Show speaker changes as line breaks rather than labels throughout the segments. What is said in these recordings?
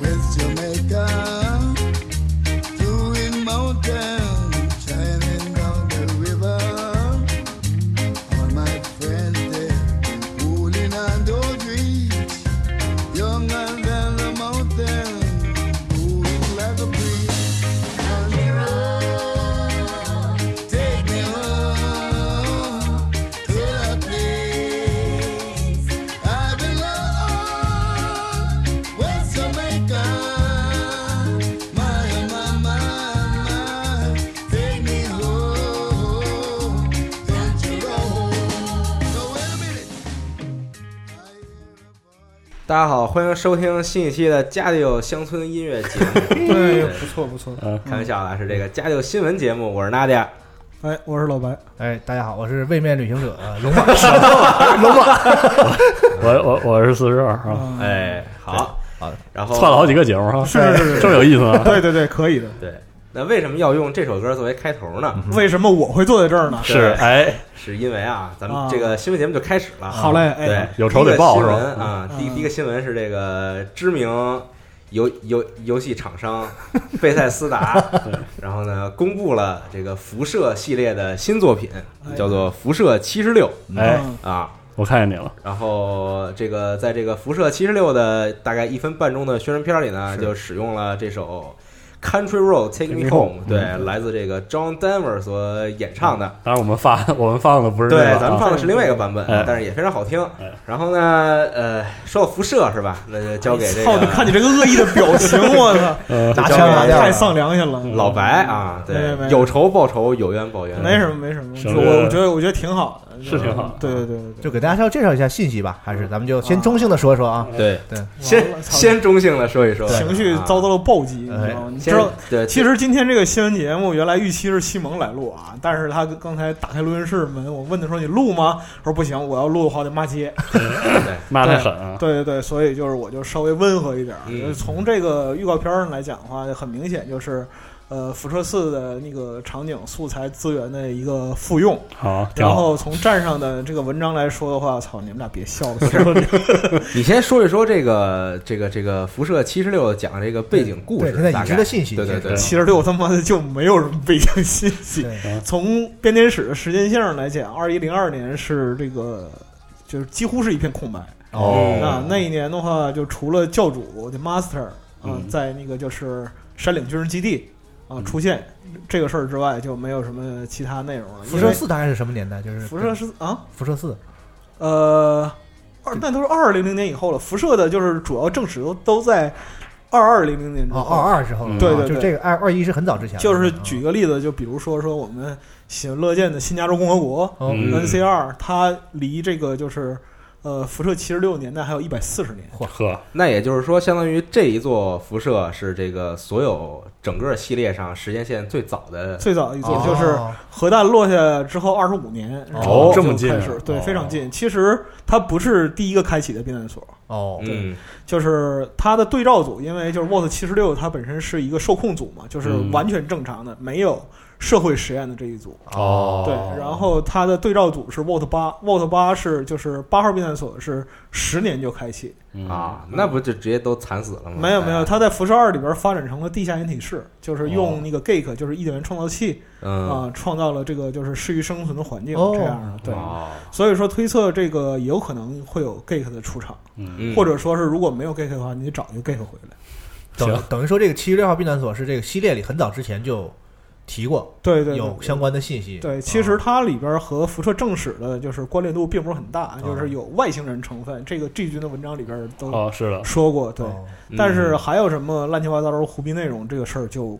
with Jamaica, doing mountain, shining down the river. All my friends there, pulling on those reeds, younger than the mountain, moving like a breeze. Country road, take me home to the place I belong. West Jamaica, my, my, my, my, take me home, country road. So wait a minute. I hear a voice.
大家好，欢迎收听新一期的《家里有乡村音乐节目》嗯对。
对，哎不错不错。
开玩笑啊，是这个《家里有新闻节目》，我是娜迪亚。
哎，我是老白，
哎，大家好，我是位面旅行者呃 龙马，龙马，
我我我是四十二啊，
嗯
哎，好，
好的，
然后
串了好几个节目啊，
是
哎
是是是
这么有意思啊！
对对对，可以的。
对，那为什么要用这首歌作为开头呢？
为什么我会坐在这儿呢？
对
是哎，
是因为啊，咱们
啊
这个新闻节目就开始了。
好嘞，
对
哎，，
有仇得报
第一个
是
新闻啊，第
嗯
第一个新闻是这个知名游游游戏厂商贝塞斯 达，然后呢公布了这个辐射系列的新作
哎
品，叫做《辐射七十六
哎，
嗯》
啊。
我看见你了，
然后这个在这个辐射七十六的大概一分半钟的宣传片里呢，就使用了这首《Country Road Take Me Home
Me Home》，
对，来自这个 John Denver 所演唱的。
当然我们发 我们放的不是这
对
个，啊
咱们放的是另外一个版本，
哎
但是也非常好听
哎。
然后呢，呃，说到辐射是吧？那就交给这
操！你看你
个
这个恶意的表情，我操，
呃
拿
拿
枪
枪
拿枪
太丧良心了。
老白啊，
没
对
没，
有仇报仇，有冤报冤，
没什么，没什么，
省略
我我觉得我觉得挺好的，
是挺好的
对对对对
就给大家稍微介绍一下信息吧，还是咱们就先中性的说说啊，
对
对，
先
完了操
先中性的说一说，啊
对，情绪遭到了暴击，你
哎
知道吗？你知
先
道。
对，
其实今天这个新闻节目原来预期是西蒙来录啊，但是他刚才打开录音室门，我问他说：“你录吗？”他说：“不行，我要录的话我得骂街。”
骂太狠啊，
对对对，所以就是我就稍微温和一点儿。
嗯
就是从这个预告片儿上来讲的话，很明显就是，呃，辐射四的那个场景素材资源的一个复用。
好，挺
然
好，
后从站上的这个文章来说的话，操，你们俩别笑了，说这个
你先说一说这个这个这个辐射七十六讲这个背景故
对
事，
现在已
大
知
概
的信息
对对对，
七十六他妈的就没有什么背景信息。
对
从编年史的时间线上来讲，二一零二年是这个。就是几乎是一片空白
哦
哦
啊！那一年的话，就除了教主的 Master 啊
嗯，
在那个就是山岭军事基地
嗯
啊出现这个事儿之外，就没有什么其他内容了。
辐射四大概是什么年代？就是
因为辐射是啊，
辐射四，
呃，二那都是二零零年以后了。辐射的就是主要正史都都在二二零零年之
哦，
后。
二二时候了，
嗯
对
啊
对对
就这个二二一是很早之前了，
就是
嗯
举个例子，就比如说说我们喜闻乐见的新加州共和国
哦
嗯
NCR，它离这个就是呃辐射七十六年代还有一百四十年。
呵，
那也就是说，相当于这一座辐射是这个所有整个系列上时间线最早的。
最早一座
哦
就是核弹落下之后二十五
哦
年，然后就
啊
开始，对，非常近。其实它不是第一个开启的避难所，
哦，
嗯，
就是它的对照组，因为就是 WOT 七十六，它本身是一个受控组嘛，就是
嗯
完全正常的，没有社会实验的这一组。
哦
对，然后它的对照组是 WOT 八，WOT 八是就是八号避难所是十年就开启，
嗯
啊，那不就直接都惨死了吗？
没有没有，
他
它在辐射二里边发展成了地下掩体室，就是用那个 Gake，就是异点源创造器
嗯
啊，创造了这个就是适于生存的环境
哦
这样的对。
哦
所以说推测这个也有可能会有 Gake 的出场，
嗯
嗯
或者说是如果没有 Gake 的话，你找一个 Gake 回来。
等
行
等于说这个七十六号避难所是这个系列里很早之前就提过
对对
有相。关的信息，
对，
啊
其实它里边和辐射正史的就是关联度并不是很大，就是有外星人成分。这个 G 军的文章里边都
哦，是的，
说过，对。
哦
嗯
嗯
但是还有什么乱七八糟的胡逼内容，这个事儿就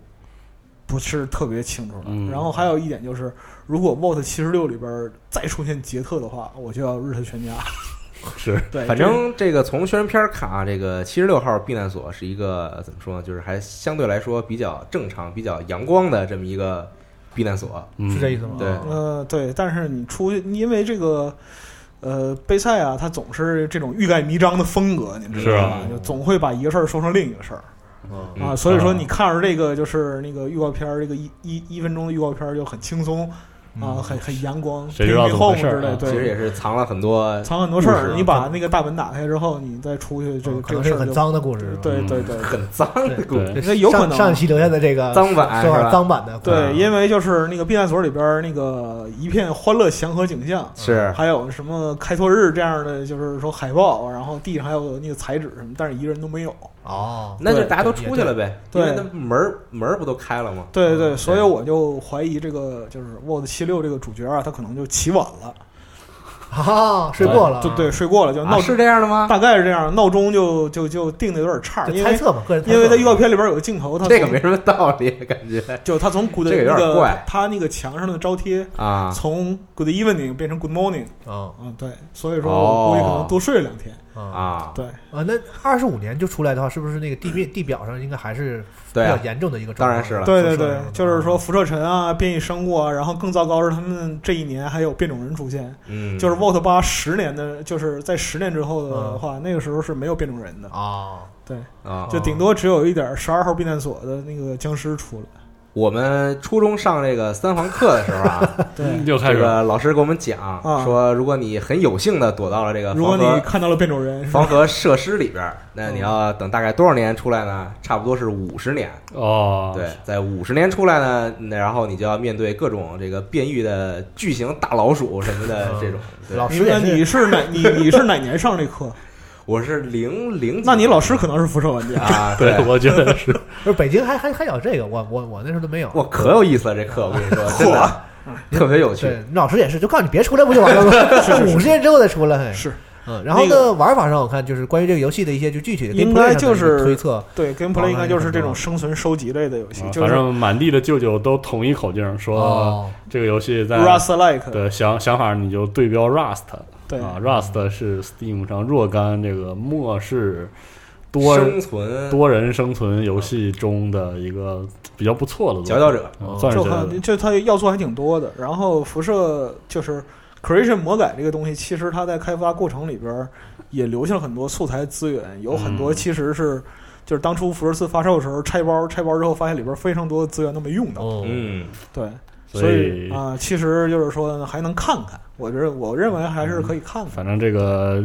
不是特别清楚了。
嗯
然后还有一点就是，如果 VOT 七十六里边再出现杰特的话，我就要日他全家。
是
对，
反
这个
正这个从宣传片儿看啊，这个七十六号避难所是一个怎么说呢？就是还相对来说比较正常、比较阳光的这么一个避难所。
嗯
是这意思吗？
对
哦
呃，对，但是你出去，因为这个呃，杯赛啊，他总是这种欲盖弥彰的风格，你们知道
嗯
吧？
是啊
就总会把一个事儿说成另一个事儿
哦嗯
啊。
嗯
所以说，
啊
你看着这个就是那个预告片儿，这个一一一分钟的预告片儿就很轻松
嗯
啊，很很阳光，
谁知道
Bring Me
怎么回
home
事儿
之
啊
类，
其实也
对，
是藏了很多
藏很多事
故事哦
儿。
啊
你把那个大门打开之后，你再出去，这个
可
这
能
个
是
事儿
很
就
脏的故事，
嗯
对对对，
很脏的故事，
对
这
那有可
上
能
上一期留下的这个
脏版
说
是
法
吧
脏版的故事，
对，因为就是那个避难所里边儿那个一片欢乐祥和景象，
是
还有什么开拓日这样的，就是说海报，然后地上还有那个彩纸什么，但是一个人都没有。
哦，
那就大家都出去了呗，
对
因为那门儿门儿不都开了吗？
对对
嗯
对，所以我就怀疑这个就是《WOD 七六》这个主角啊，他可能就起晚了，
啊，睡过了，
就对，睡过了，就
啊，
闹钟
是这样的吗？
大概是这样，闹钟就就就定的有点差，
就
因
猜
为
测嘛，个人猜测
因为在预告片里边有个镜头，他
这个
从
没什么道理，感觉
就他从 Good
这个有
那
点
个
怪
他那个墙上的招贴
啊，
从 Good Evening 变成 Good Morning
啊
啊，对，所以说我估计可能多睡了两天，
啊
啊，
对。
啊，那二十五年就出来的话，是不是那个地面地表上应该还是比
对
较
啊，
严重的一个状
当
况？嗯
然是了
对对对，就是说辐射尘啊、变异生物啊，然后更糟糕是他们这一年还有变种人出现，
嗯，
就是 Volt 八十年的，就是在十年之后的话，那个时候是没有变种人的，
啊，
对，
啊，
就顶多只有一点十二号避难所的那个僵尸出来，
我们初中上这个三皇课的时候 啊，
对。
又开
这
始
个老师给我们讲、
啊
说，如果你很有幸的躲到了这个
如果
防
你 嗯
核
看到了变种人，是吧
防核设施里边儿，那你要等大概多少年出来呢？差不多是五十年。
哦，
对，在五十年出来呢，那然后你就要面对各种这个变异的巨型大老鼠什么的
嗯
这种。对
老
你
师也是
你是哪你你是哪年上这 课？
我是零零，
那你老师可能是辐射玩家。
啊，
对，我觉得是
不是北京还还还有这个，我我我那时候都没有。
我可有意思了，这课我跟你说，真的 特别有趣。
对，老师也是，就告诉你别出来不就完了吗？五十年之后再出来，嘿
是，
嗯。然后
那个
呢，玩法上我看就是关于这个游戏的一些就具体的，
应该就是
推测，
对，gameplay 应该就是这种生存收集类的游戏，
啊
就
反
是
正满地的舅舅都同一口径
呃
说
哦
这个游戏在
Rust Like，
对想想法你就对标 Rust
对
啊，Rust 是 Steam 上若干这个末世多
生存
多人生存游戏中的一个比较不错的作品
佼佼者，
哦
嗯算是
就
佼佼者
很就它要素还挺多的。然后辐射就是 creation 魔改这个东西，其实它在开发过程里边儿也留下了很多素材资源，有很多
嗯
其实是、就是当初辐射四发售的时候拆包，拆包之后发现里边儿非常多的资源都没用到。
哦，
嗯，
对，
所
所以
以
啊、其实就是说呢还能看看，我觉得我认为还是可以看看。
嗯反正这个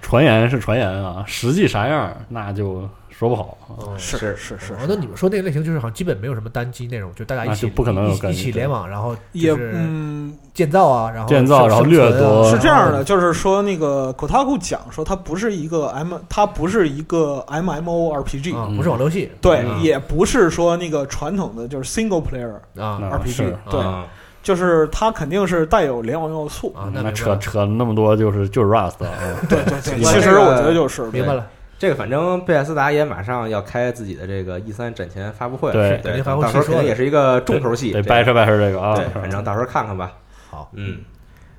传言是传言啊，实际啥样儿那就说不好。
哦
是
是
是是
哦，那你们说那个类型就是好像基本没有什么单机内容，就大家一起
啊那就不可能有
一
干
一起联网，然后
也
就是
嗯
建造啊，然后
建造然后
生存啊
掠夺
是这样
哦
的，就是说那个 Kotaku 讲说它不是一个 M，它不是一个 MMORPG，、
啊，
嗯
不是网络游戏
对，
嗯
也不是说那个传统的就是 single player
啊
啊
RPG，、
是
对，
啊
就是它肯定是带有联网要素。
啊，那
那
明白
扯
了
扯那么多就是就是 Rust 啊，
对对对，
我
其
这
实
个
我觉得就是
明白了，
这个反正贝塞斯达也马上要开自己的这个 E 三展前发布会了，
对
对，
肯定发布
到时候
会
肯定
说
也是一个重头戏，
得
这
掰
个
扯掰扯这个啊。
对，反正到时候看看吧。
好，
嗯，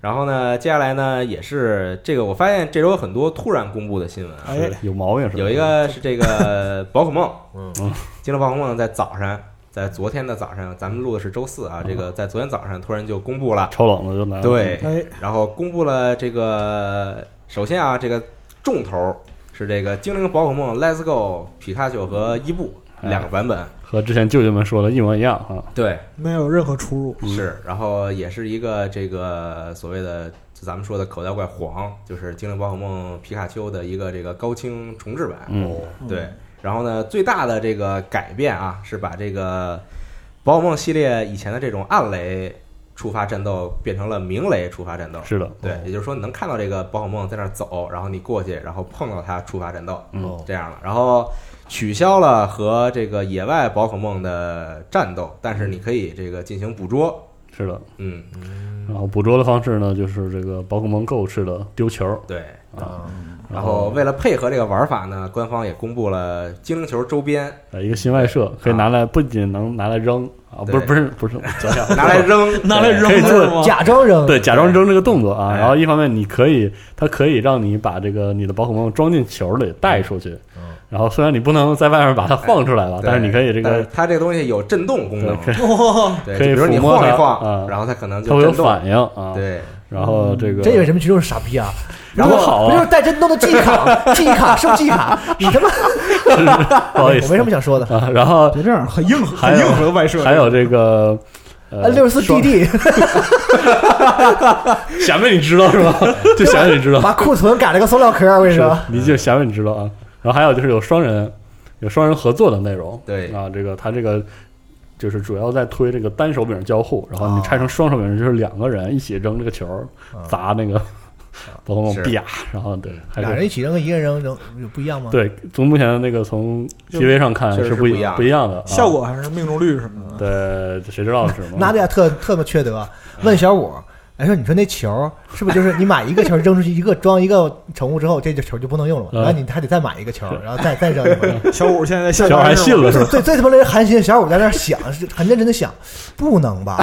然后呢，接下来呢也是这个，我发现这周有很多突然公布的新闻啊，
哎，
有毛病是吧？嗯
有一个是这 个宝可梦，
嗯
精灵宝可梦在早上，在昨天的早上，咱们录的是周四
嗯
啊，这个在昨天早上突然就公布了，
抽冷子就来了。
对，
哎，
然后公布了这个，首先啊，这个重头是这个精灵宝可梦 Let's Go 皮卡丘和伊布
哎
两个版本，
和之前舅舅们说的一模一样啊。
对，
没有任何出入。
是，然后也是一个这个所谓的就咱们说的口袋怪黄，就是精灵宝可梦皮卡丘的一个这个高清重制版，
嗯，
对，然后呢，最大的这个改变啊，是把这个宝可梦系列以前的这种暗雷触发战斗变成了明雷触发战斗。
是的，
对，也就是说，你能看到这个宝可梦在那儿走，然后你过去，然后碰到它触发战斗，
嗯，
哦
这样了。然后取消了和这个野外宝可梦的战斗，但是你可以这个进行捕捉。
是的。
嗯，
然后捕捉的方式呢，就是这个宝可梦 Go 式的丢球，
对。
啊，
嗯
然后为了配合这个玩法呢，官方也公布了精灵球周 边，
呃一个新外设可以拿来，不仅能拿来扔啊，不是
啊对
不是 不是，想想
拿来 扔，
拿来
对
扔
可以做
是吗？
假装扔
对，假装扔这个动作啊，
哎
然后一方面你可以，它可以让你把这个你的宝可梦装进球里带出去，
嗯
然后虽然你不能在外面把它晃出来了，
哎对
哦但是你可以这
但
个呃
是它这个东西有震动功能
对，可以
哇，
对，
可以
就比如你
抚摸
晃一
它
晃，
嗯
然后它可能
它
就
会有
震动，
反应啊。，
对，
然后这个
嗯这以为什么群众是傻逼啊？
然
多好
后
啊
不就是带震动的记忆卡、记忆卡、收记忆卡？你他妈，
不好意
我
思
没什么想说的。
啊。然后
别这样，很硬核，
还
很
有
硬核外设。
还有啊这个呃
啊，六十四
双
DD
显摆你知道是吧？ 就显摆你知道，
把库存改了个塑料壳儿，我跟你
是
说，
你就显摆你知道啊。然后还有就是有双人，有双人合作的内容。
对
啊，这个它这个就是主要在推这个单手柄交互，然后你
哦
拆成双手柄就是两个人一起扔这个球，
啊
砸那个宝可梦
是
啪，然后对，还
俩
是
人一起扔和一个人扔扔有不一样吗？，
对，从目前的那个从
就
PV 上看
确实
是
是
不
不一样
不一样的啊
效。果还是命中率什么的。
对，谁知道是
嗯
什
纳
么
迪？亚特特么缺德，啊问小五。哎，说你说那球是不是就是你买一个球扔出去一个装一个宠物之后，这个球就不能用了嘛？
嗯
然后你还得再买一个球，然后再再扔一个。
小五现在在下
小
班
孩
是吧
信了是吧？
最最他妈令人寒心，的小五在那儿想，是很认真的想，不能 吧？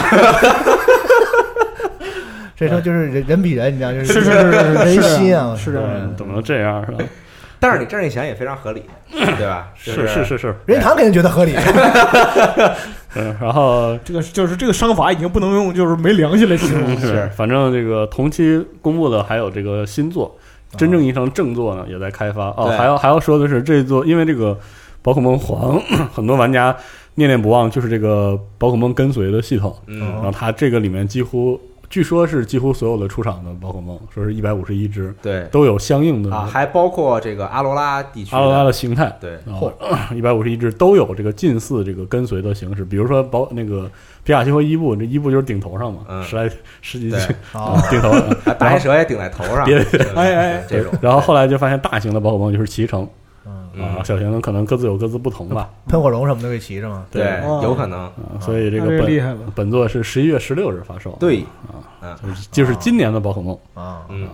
所以说就是人人比人，你知道，就是
是是是是
人心啊，
是这样的
嗯，怎么能这样是吧？
但是你这样一想也非常合理，对吧？就是 啊
是是是，
任天堂肯定觉得合理。
嗯，然后
这个就是这个商法已经不能用就是没良心来形 容。
是，反正这个同期公布的还有这个新作，真正意义上正作呢也在开发哦。
哦对
还要还要说的是，这一作因为这个宝可梦黄， 很多玩家念念不忘，就是这个宝可梦跟随的系统。然
嗯，
后它这个里面几乎，据说是几乎所有的出场的宝可梦，说是一百五十一只，
对
都有相应的
啊，还包括这个阿罗拉地区
嗯阿罗拉
的，
的形态。
对，
然后一百五十一只都有这个近似这个跟随的形式，比如说宝那个皮卡丘和伊布，这伊布就是顶头上嘛，
嗯
十来十几
对
斤
哦，
顶头上。
啊大黑蛇也顶在头上，
别
对
哎哎
这种，
然后后来就发现大型的宝可梦就是骑乘
嗯，
啊
嗯，，
小型的可能各自有各自不同吧。
喷火龙什么的给骑着嘛，
对，
哦
有可能，
啊，所以这个
那这哎个厉害
本
了
本作是十一月十六日发售。
对，
啊，就是就是今年的宝可梦。
啊。
嗯，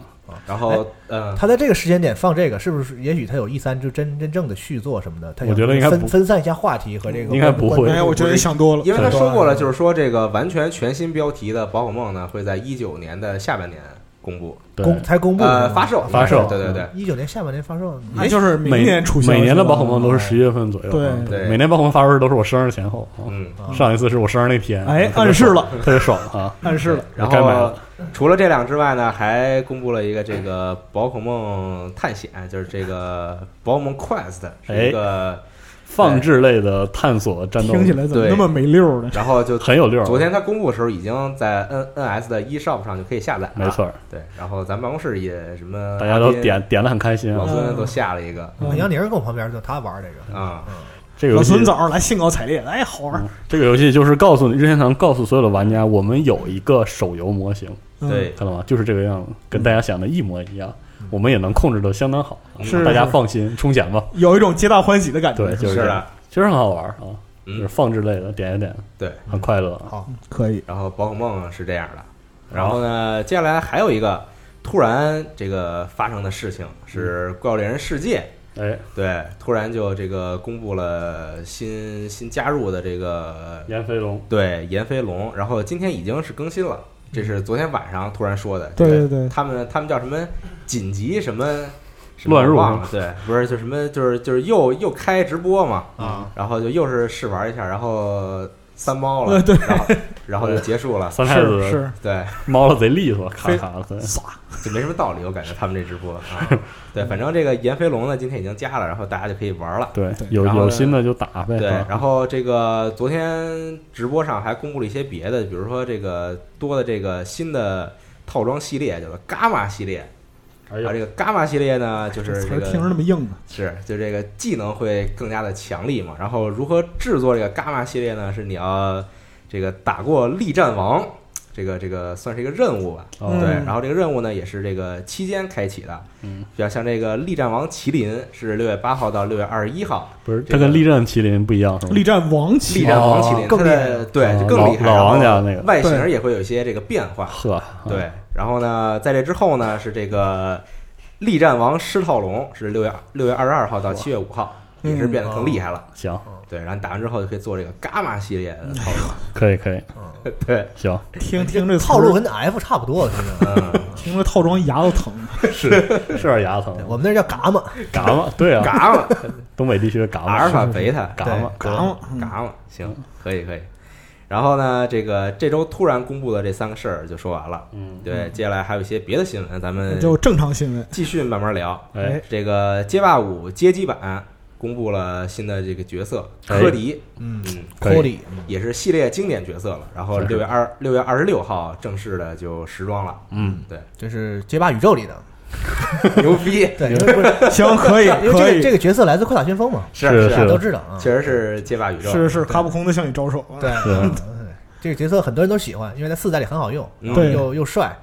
然后
哎啊
嗯，
他在这个时间点放这个，是不是？也许他有 E 三就真真正的续作什么的。他想
我觉得应该不
分分散一下话题和这个
应该不会
关
哎，我觉得你想多了，
因为
啊
他说过了，就是说这个完全全新标题的宝可梦呢，会在一九年的下半年公布，
对，
公才公布
呃，发售，
发售
对对对，
一九年下半年发售，
那啊就是明
每
年出现。
每年的
吧
宝可梦都是十一月份左右。
对
啊
对
每年宝可梦发售都是我生日前后。啊
嗯。
啊
上一次是我生日那天，
哎
特别爽
暗示了，
特别爽啊！
暗示了。
然
该买
后
了
除了这两之外呢，还公布了一个这个宝可梦探险，就是这个宝可梦 Quest 是一个，
哎放置类的探索战斗，
听起来怎么
对
那么没溜儿呢？
然后就
很有溜儿。
昨天它公布的时候已经在 N N S 的 eShop 上就可以下载了，
没错儿，
对，然后咱办公室也什么
大家都
阿斌
点点的很开心
老
啊。
孙都下了一个
啊杨宁跟我旁边，就他玩这个。
啊，
这个游
老
戏
孙早上来兴高采烈，哎，好玩儿。
嗯这个游戏就是告诉你，任天堂告诉所有的玩家，我们有一个手游模型，
嗯，
对，嗯
看到吗？就是这个样子，跟大家想的一模一样。我们也能控制的相当好，
是
大家
是
放心充钱
嗯
吧。
有一种皆大欢喜的感觉。
对，就是是这样
的，
其实很好玩儿啊，就
啊嗯
是放置类的，点一点，
对，
很快乐啊。
好，
可以。
然后宝可梦是这样
哦
的，然后呢，接下来还有一个突然这个发生的事情是《怪物猎人世界》
哎，
对，突然就这个公布了新新加入的这个
炎飞龙，
对岩飞龙，然后今天已经是更新了，这是昨天晚上突然说的，
对
这个
对对
他们他们叫什么紧急什么。什么
乱入
我忘了，对，不是就什么，就是就是又又开直播嘛，
啊，
然后就又是试玩一下，然后三猫
呃
了，
对
然后然后就结束了，
三太
是
子
是，
对，
猫了贼利索，咔
非
咔的。
就没什么道理，我感觉他们这直播啊，对，反正这个炎飞龙呢，今天已经加了，然后大家就可以玩了。
对
对，
有
然后
有
呢
新的就打呗。
对
嗯
啊，
然后这个昨天直播上还公布了一些别的，比如说这个多的这个新的套装系列，叫做伽马系列。
哎
啊，
呦
这个伽马系列呢，就
这
是
词
这
儿听着
个
那么硬呢。啊
是就这个技能会更加的强力嘛。然后如何制作这个伽马系列呢？是你要这个打过力战王，这个这个算是一个任务吧。
哦
嗯
对，然后这个任务呢也是这个期间开启的，
嗯，
比较像这个力战王麒麟是六月八号到六月二十一号，
不是，
这
它
个
跟力战麒麟不一样是吗？
力战王旗
力战王麒麟
更
它的对
哦
就更厉害，
老
然后
老王家那个啊
外形也会有一些这个变化，
呵，
对，然后呢，在这之后呢是这个力战王狮套龙是六月六月二十二号到七月五号，也是
嗯
变得更
哦
厉害了。
行，
对，然后你打完之后就可以做这个伽马系列
嗯
的套路。
可以可以，
对，
行，
听听这
套路跟 F 差不多，真的。
嗯，
听着套装牙都疼。
是
啊
是点牙疼，
我们那儿叫嘎嘛，
嘎嘛，对 啊，
伽马、
东北地区的嘎
阿尔
嘛，
法、贝塔、
嘎嘛，
嘎嘛，嗯
嘎嘛，行，可以可以。然后呢，这个这周突然公布的这三个事儿就说完了。
嗯，
对，接下来还有一些别的新闻，咱们
就正常新闻。
继续慢慢聊。
哎，
这个街霸五街机版公布了新的这个角色
哎
科迪，
嗯，
嗯，
可以
库里，
也是系列经典角色了。然后
是
六月二六月二十六号正式的就时装了，
嗯，
这是街霸宇宙里的。
牛逼！
对，因为不是
行，可以，
因为
可
这个
以
这，个角色来自《快打旋风》嘛，
是
是
大家
的
都知道啊。
确实是街霸宇宙，
是是，卡普空的向你招手。啊
对，
是
啊
嗯对这个角色很多人都喜欢，因为在四代里很好用，
嗯
对
又又帅。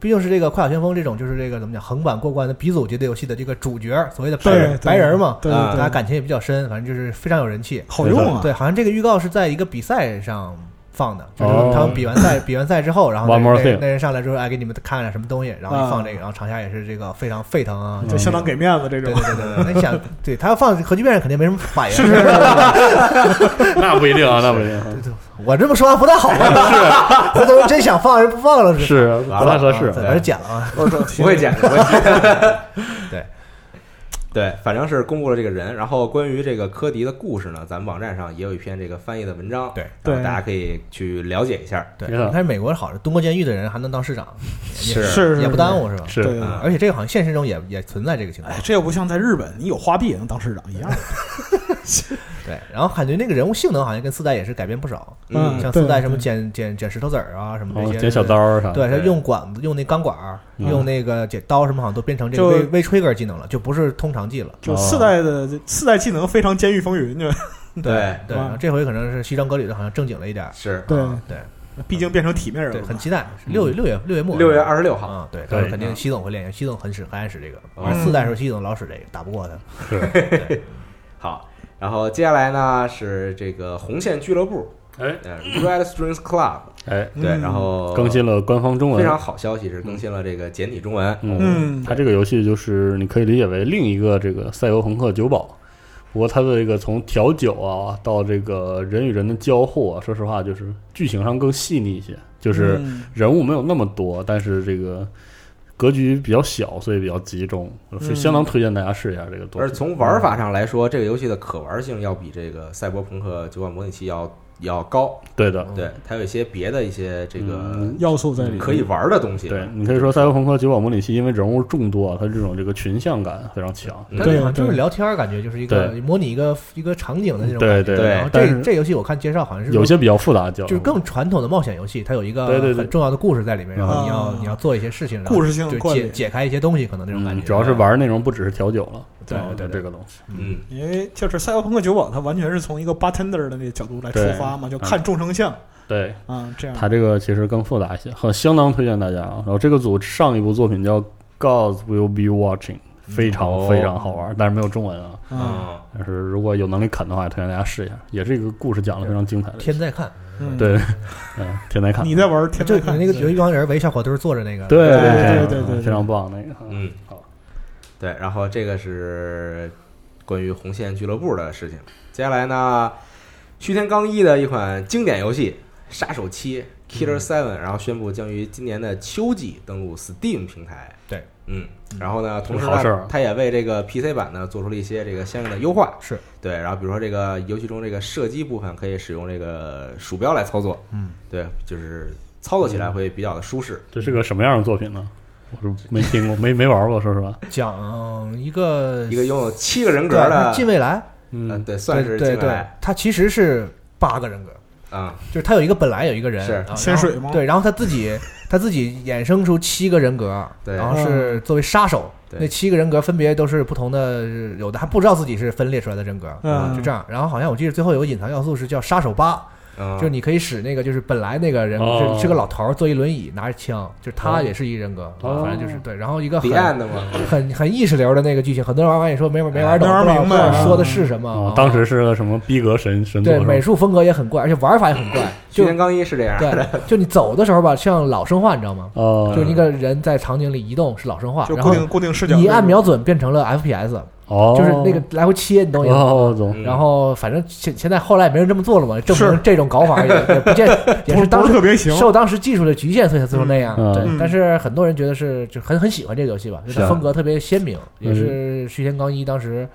毕竟是这个《快打旋风》这种，就是这个怎么讲，横版过关的鼻祖级的游戏的这个主角，所谓的白
对
人，白人嘛，
对
啊
大家
对对，
感情也比较深，反正就是非常有人气。
好用啊。
对，好像这个预告是在一个比赛上放的，就是
哦
他们比完赛，比完赛之后，然后
One more
那那
thing
那人上来之后，哎，给你们看看什么东西，然后
啊
一放这个，然后场下也是这个非常沸腾啊，
就相当给面子这
对
种
对。对对，对那你想，对他要放核聚变肯定没什么反应，
是是是，
那不 一定啊，那不一定啊，
我这么说完不太好啊吧？回头真想放人不放了，
是不
完
太
了
合
啊在
适，哎
哪儿剪了啊？
不会剪的。不会剪 的
对
对，反正是公布了这个人。然后关于这个科迪的故事呢，咱们网站上也有一篇这个翻译的文章，
对
然后
对
大家可以去了解一下。
对，
没错
他是美国人好是蹲过监狱的人还能当市长，
是
是
也不耽
误。
误是吧？
是
对，
啊
而且这个好像现实中也也存在这个情况
哎，。这又不像在日本，你有花臂也能当市长 一样。
对，然后感觉那个人物性能好像跟四代也是改变不少，
嗯
像
对
四代什么
对
捡捡捡石头子儿啊，什么这
哦
些
剪小刀儿啥的，
对，他
对
用管子、用那钢管儿、
嗯
用那个剪刀什么，好像都变成这个
就
微微吹杆技能了，就不是通常技了。
就四代的四代技能非常《监狱风云》，就
嗯对，
对，
哇
然后这回可能是西装革履的，好像正经了一点儿。
是
对
对
毕竟变成体面人
对，
了
很
嘛。
期待。六六月六月末，
六月二十六号，
啊，对，
对
他肯定习总会练，习总很使，很爱使这个。
嗯
反正四代时候习总老使这个，打不过他。
是，
好。然后接下来呢是这个红线俱乐部，
哎
呃，Red Strings Club，
哎，
对，
嗯
然后
更新了官方中文，
非常好消息是更新了这个简体中文，
嗯
它这个游戏就是你可以理解为另一个这个赛博朋克酒保，不过它的这个从调酒啊到这个人与人的交互啊，说实话就是剧情上更细腻一些，就是
嗯
人物没有那么多，但是这个格局比较小，所以比较集中，所以相当推荐大家试一下这个东
而
西。
从玩法上来说，这个游戏的可玩性要比这个《赛博朋克酒馆模拟器》要要高，
对的，
对，它有一些别的一些这个
嗯
要素在里面，
可以玩的东西，
对，你可以说赛博朋克酒保模拟器，因为人物众多啊，它这种这个群像感非常强。
嗯
他
对
好像就是聊天儿，感觉就是一个
对
模拟一个一个场景的那种
对
感觉。
对
对
然后
但
这
是
这游戏我看介绍好像是
有些比较复杂的交互，
就是更传统的冒险游戏，它有一个
对对对
很重要的故事在里面，然后你要
啊
你要做一些事情，然后
故事性
就
关
解
联，
解开一些东西，可能那种感
嗯
觉。
主要是玩内容不只是调酒了，
对
啊
对对
这个东西。
嗯，
因为就是《赛博朋克酒保》，它完全是从一个 bartender 的那个角度来出发嘛，就看众生相
对
啊，这样。
它这个其实更复杂一些，很相当推荐大家啊。然后这个组上一部作品叫《Gods Will Be Watching》，非
哦
常非常好玩，但是没有中文啊。
嗯
啊，
但是如果有能力啃的话，推荐大家试一下，也是一个故事讲的非常精彩的。
天在看，
嗯，
对，嗯，天在看，
你在玩天
就
在
有
看
那个有一帮人围小火堆儿坐着那个，
对
对对对对
非常棒那个，
嗯，
好，
对，然后这个是关于红线俱乐部的事情。接下来呢，须田刚一的一款经典游戏《杀手
嗯
七 Killer Seven》，然后宣布将于今年的秋季登陆 Steam 平台。
对，
嗯，然后呢，同时
好事儿
呢
啊，
它也为这个 PC 版呢做出了一些这个相应的优化。
是
对，然后比如说这个游戏中这个射击部分可以使用这个鼠标来操作，
嗯，
对，就是操作起来会比较的舒适。
这是个什么样的作品呢？我是没听过，没没玩过，说实话。
讲一个
一个拥有七个人格
对它
的
是，近未来，
嗯，
嗯，
对，算是
对
进
对对
来，
他其实是八个人格，
啊，
就是他有一个本来有一个人啊
是
然后
潜水吗
对，然后他自己他自己衍生出七个人格，
对
然后
嗯
是作为杀手，
对
那七个人格分别都是不同的，有的还不知道自己是分裂出来的人格，啊
嗯
就这样。然后好像我记得最后有个隐藏要素是叫杀手八，
嗯
就是你可以使那个，就是本来那个人
哦
是是个老头儿，坐一轮椅，拿着枪，就是他也是一人格，啊
哦
反正就是对。然后一个很嗯
彼岸的嘛，
很很意识流的那个剧情，很多人玩完也说没玩没玩懂，
没玩
不知道
明白
不知道
啊
说的是什么。
哦
啊，
当时是个什么逼格神神作
对
是吧
美术风格也很怪，而且玩法也很怪，
去
就
年刚一是这样，
对，就你走的时候吧，像老生化，你知道吗？
哦，
就是一个人在场景里移动是老生化，
嗯就
然
固
后
定固定视角，
你按瞄准变成了 FPS，
哦，
就是那个来回切，你懂我意思吗？
哦，懂，
嗯
然后反正现现在后来没人这么做了嘛，证
是
明这种搞 法也也不见也
不
是
是
当
不是
时
特别行，
受当时技术的局限，所以才做成那样。
嗯
对
嗯，
但是很多人觉得是就很很喜欢这个游戏吧，就是
是啊
风格特别鲜明，也
嗯
是续天刚一当时。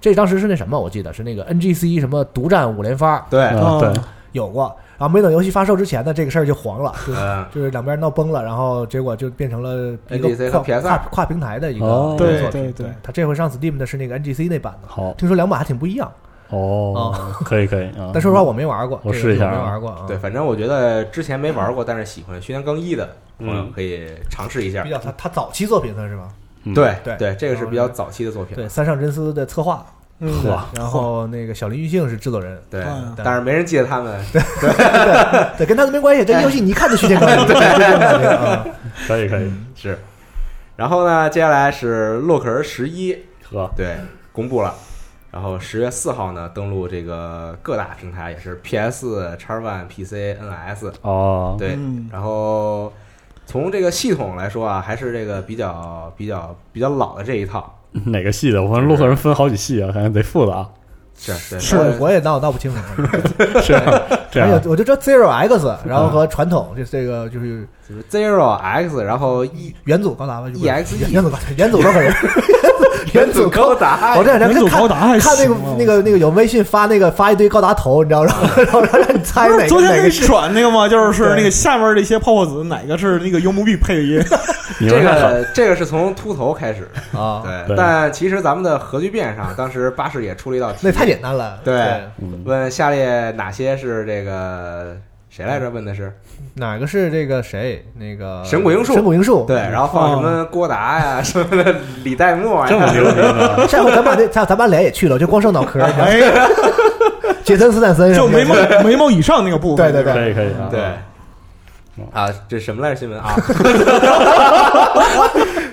这当时是那什么，我记得是那个 NGC 什么独占五连发
对，
啊，对，
有过，然后没等游戏发售之前呢，这个事儿就黄了，就是
嗯，
就是两边闹崩了，然后结果就变成了一
NGC
个
和
跨
PSR
跨跨平台的一个
哦
一个
对
作品
对对
对，他这回上 Steam 的是那个 NGC 那版的，
好，
听说两版还挺不一样，
哦，可以可以啊，
但说实话我没玩过，
我
这个
试一下啊
我没玩过啊，
对，，反正我觉得之前没玩过，但是喜欢徐天刚一的朋友
嗯
可以尝试一下
比。较他他早期作品算是吧？
嗯
对
对嗯
对，这个是比较早期的作品，
对，三上真司的策划，
嗯
对然后那个小林玉幸是制作人，
对
嗯，
但是没人记得他们。
对，跟他都没关系，这游戏你一看就虚线高 对，就这种感觉啊
可以可以，
是。然后呢，接下来是洛克人十一，
呵，
对，公布了。然后十月四号呢，登陆这个各大平台，也是 PS、X One、PC、NS。
哦，
对，
嗯
然后从这个系统来说啊，还是这个比较比较比较老的这一套。
哪个系的？我看洛克人分好几系啊，感觉贼复 杂，
是对
是
但
我也闹闹不清楚。
这样这
而
样
且我就知道 Zero X，然后和传统就这个就是
就是 Zero X，然后 E
元祖高达吧
EXE
元祖高元祖高可人，元祖高
高达
我这两天
民族
看
高
看
达还
看那
行
个
啊
那个那个有微信发那个发一堆高达头，你知道， 然后然后然后让你猜
不
哪
是昨
个
天
哪
那
个是。
转那个吗？就是是
对
那个下面这些泡泡子，哪个是那个游牧币配的音？
你
这
们看好，
个这个是从秃头开始，
啊，
对。
对
但其实咱们的核聚变上，当时巴士也出了一道题，
那太简单了。
对
对，
嗯，
问下列哪些是这个谁来着？问的是
哪个是这个谁？那个
神谷英树
神谷英树。
对，，然后放什么郭达呀、 什么的，李代沫
这么
呀，
牛逼呢？
下回咱把这咱咱把脸也去了，就光剩脑壳儿。你知道吗
哎，
杰森斯坦森什
就
么的
眉毛眉毛以上那个部分，
对对对
可以可以啊，
对
嗯。
啊，这什么来着新闻啊？什么
什么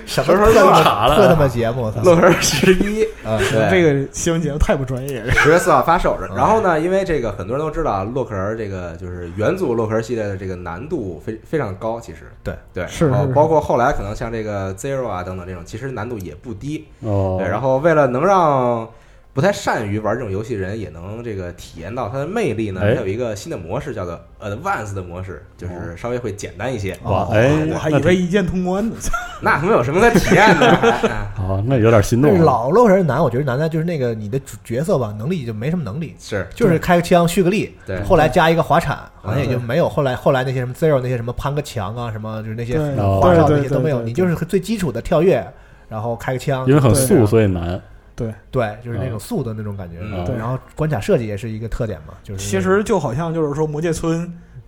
时
破
候
他妈
查了
破他妈节目，我操！
乐呵十一，
啊
对，
这个新闻节目太不专业了。
十月四号发售。然后呢，因为这个很多人都知道，啊洛克人这个就是元祖洛克人系列的这个难度非非常高，其实
对
对，
是
然后
是是
包括后来可能像这个 Zero 啊等等这种，其实难度也不低。
哦，
对，然后为了能让不太善于玩这种游戏人也能这个体验到它的魅力呢，
哎
它有一个新的模式叫做 Advanced 的模式，就是稍微会简单一些。
哇，哎，
我还
那
以为一键通关呢。
那他妈有什么可体验 的？哎
哦，那有点心
但
动
是
了，
老洛人难，我觉得难在就是那个你的主角色吧，能力就没什么能力，
是
就是开个枪蓄个力，
对
后来加一个滑铲，好像也就
嗯
没有后来后来那些什么 zero 那些什么攀个墙啊，什么就是那些
对
花哨
对
那
对
些都没有，
对对
你就是最基础的跳跃，然后开个枪
因，为很
对
素，所以难。
对，就是那种
嗯
速的那种感觉
嗯。
对
然后关卡设计也是一个特点嘛，就是
其实就好像就是说《魔界村》，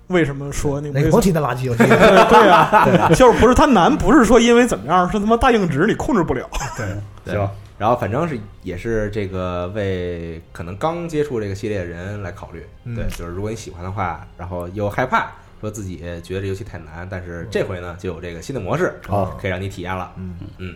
为什么说那个
那个
魔
甭
界
提那垃圾游戏，
村？
嗯
对啊，就是不是它难，不是说因为怎么样，是他妈大硬直你控制不了。
对
行，
然后反正是也是这个为可能刚接触这个系列的人来考虑，
嗯
对，就是如果你喜欢的话，然后又害怕说自己觉得这游戏太难，但是这回呢就有这个新的模式，
哦
可以让你体验了。
嗯，
嗯，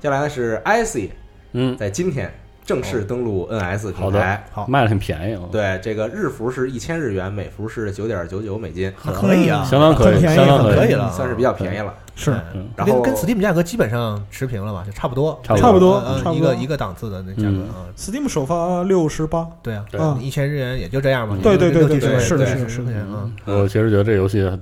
接下来呢是 IC
嗯，
在今天正式登陆 NS
哦好
平
的
台，
好
卖的很便宜啊，，
对，这个日服是一千日元，美服是九点九九美金，嗯
那可以啊，
相当可
很
以，
便宜
相当
很可
以
以，了，
算是
哦
比较便宜了。
是
嗯
然
跟
后
跟 Steam 价格基本上持平了吧，就差不多，
差不
多
嗯
差不
一
多
个一个档次的那价格
嗯
啊，
Steam 首发六十八，
对啊，
对嗯
嗯
一千日元也就这样嘛，
对对对
六
对
七十块钱
对，是的，
对
是嗯的，
十
是
块
的。
钱啊，
嗯
我其实觉得这游戏很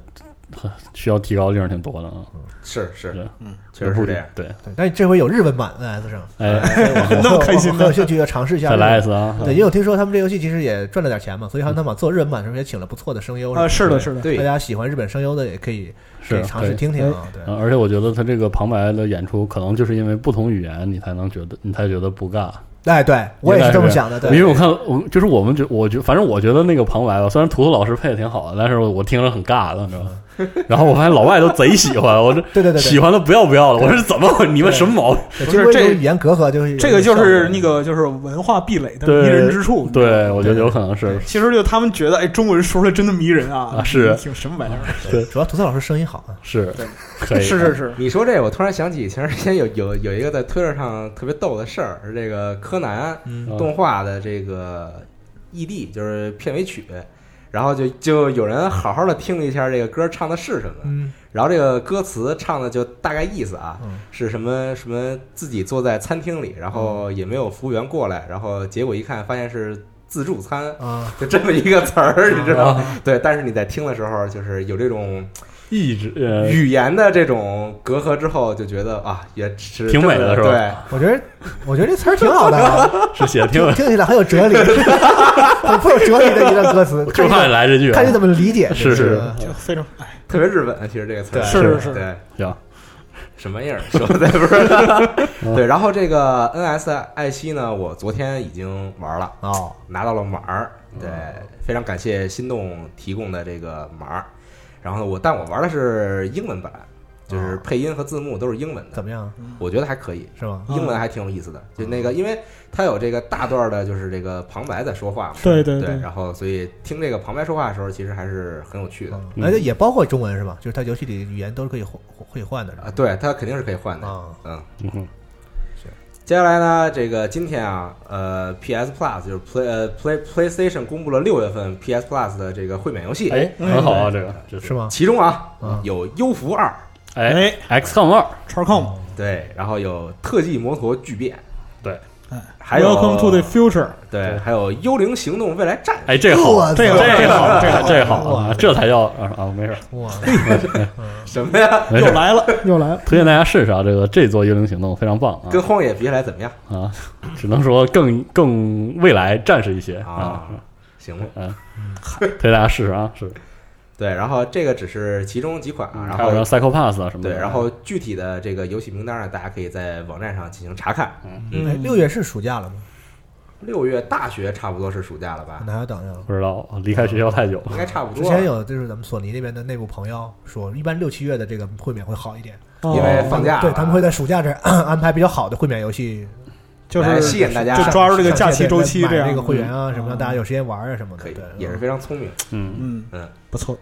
很需要提高的地方挺多的啊，
是是
是，
嗯，确实是这样。
对，
对，但是这回有日文版 NS 上，
哎，
我
那么开心呢
我很有兴趣要尝试一下
再
日文
来一
版。
次啊，
对，因为我听说他们这游戏其实也赚了点钱嘛，所以他们把做日文版的时候也请了不错的声优
啊，是的，是的，
大
对，
家喜欢日本声优的也可以可
是
以尝试。听听啊。对
嗯，而且我觉得他这个旁白的演出，可能就是因为不同语言，你才能觉得你才觉得不尬。
哎，对我也是这么想的，
因为
对，
我看我就是我们觉，我觉反正我觉得那个旁白吧，虽然图图老师配的挺好的，但是我听着很尬的，你知道吗？然后我发现老外都贼喜欢，我这
嗯对对对对
喜欢的不要不要的，我说怎么回你们什么毛病？
对
不
经
是
过一
这
种语言隔阂，就是
这个就是那个就是文化壁垒的
对
迷人之处。
对，我觉得有可能是
其实就他们觉得，哎，中文说出来真的迷人啊
啊！是
挺什么玩意儿？
主要吐槽老师声音好啊，
是可以啊
是是是，
你说这个，我突然想起前段时间有有有一个在推特上特别逗的事儿，是这个柯南
嗯
E 动画的这个 ED，就是片尾曲，然后就就有人好好的听了一下这个歌唱的是什么，
嗯，
然后这个歌词唱的就大概意思啊，
嗯
是什么什么自己坐在餐厅里，然后也没有服务员过来，然后结果一看发现是自助餐，
啊，
就这么一个词儿，你知道吗？对，但是你在听的时候，就是有这种
意志呃，
语言的这种隔阂之后，就觉得啊，也是
挺美的
这么
是
对
吧，
我觉得我觉得这词儿挺好的啊，
是写的挺 有
听，听起来很有哲理，很富有哲理的一段歌词，看
就怕
你
你来这句啊，
看你怎么理解，
是
这
是
个
就非常哎，
特别日本，其实这个词儿
对
是是
对。
行，
什么样儿？ 说的不是？ 对，然后这个 NS 爱惜呢，我昨天已经玩了，
哦，
拿到了码儿，对，非常感谢心动提供的这个码儿。然后呢我但我玩的是英文版，就是配音和字幕都是英文的
怎，么样？
我觉得还可以，
是
哦
吗？
英文还挺有意思的。就那个，因为它有这个大段儿的，就是这个旁白在说话嘛，
对对
对
对
然后所以听这个旁白说话的时候，其实还是很有趣
哦
的。
嗯
嗯
而且也包括中文是吧？就是它游戏里语言都是可以换，可以换的是吧
啊，对，它肯定是可以换的，
啊，
嗯。
嗯哼
接下来呢，这个今天啊，呃，PS Plus 就是 Play 呃 Play PlayStation 公布了六月份 PS Plus 的这个会免游戏，
哎，很好啊，这个就 是
吗？
其中啊、
嗯
有《幽浮二》，
哎，XCOM 二，
叉 com，
对，然后有《特技摩托巨变》，
对，
还有
Welcome to the future，
对，还有《幽灵行动：未来战士》
哎，这个好，
我
这
操
个好，这个这个好
哇
啊，这才叫啊啊，没事儿，
哇，
什么呀？
没事
又
儿，
来了，
又来了，
推荐大家试试啊，这个这座幽灵行动非常棒啊
跟荒野比起来怎么样
啊，只能说更更未来战士一些啊
啊，？行吧，
推荐大家试试啊，是，
对，然后这个只是其中几款啊，然
嗯还有
后
像 Psycho Pass 啊什么的，
对，然后具体的这个游戏名单呢，大家可以在网站上进行查看。
哎，
嗯
六月是暑假了吗？
六月大学差不多是暑假了吧
可？能还要等一等。
不知道离开学校太久了
应，该差不
嗯之
多。
前有就是咱们索尼那边的内部朋友说，一般六七月的这个会免会好一点，
因为
哦
放假了
对他们会在暑假这儿 安排比较好的会免游戏，
就
来
是
吸引大家
就抓住这个
上
假
线
期周期
买
这样
那个会员啊什么，让大家
有
有时间玩啊什么
嗯
的，
可以
对，，
也是
嗯
非常聪明。
嗯，
嗯
嗯
不错，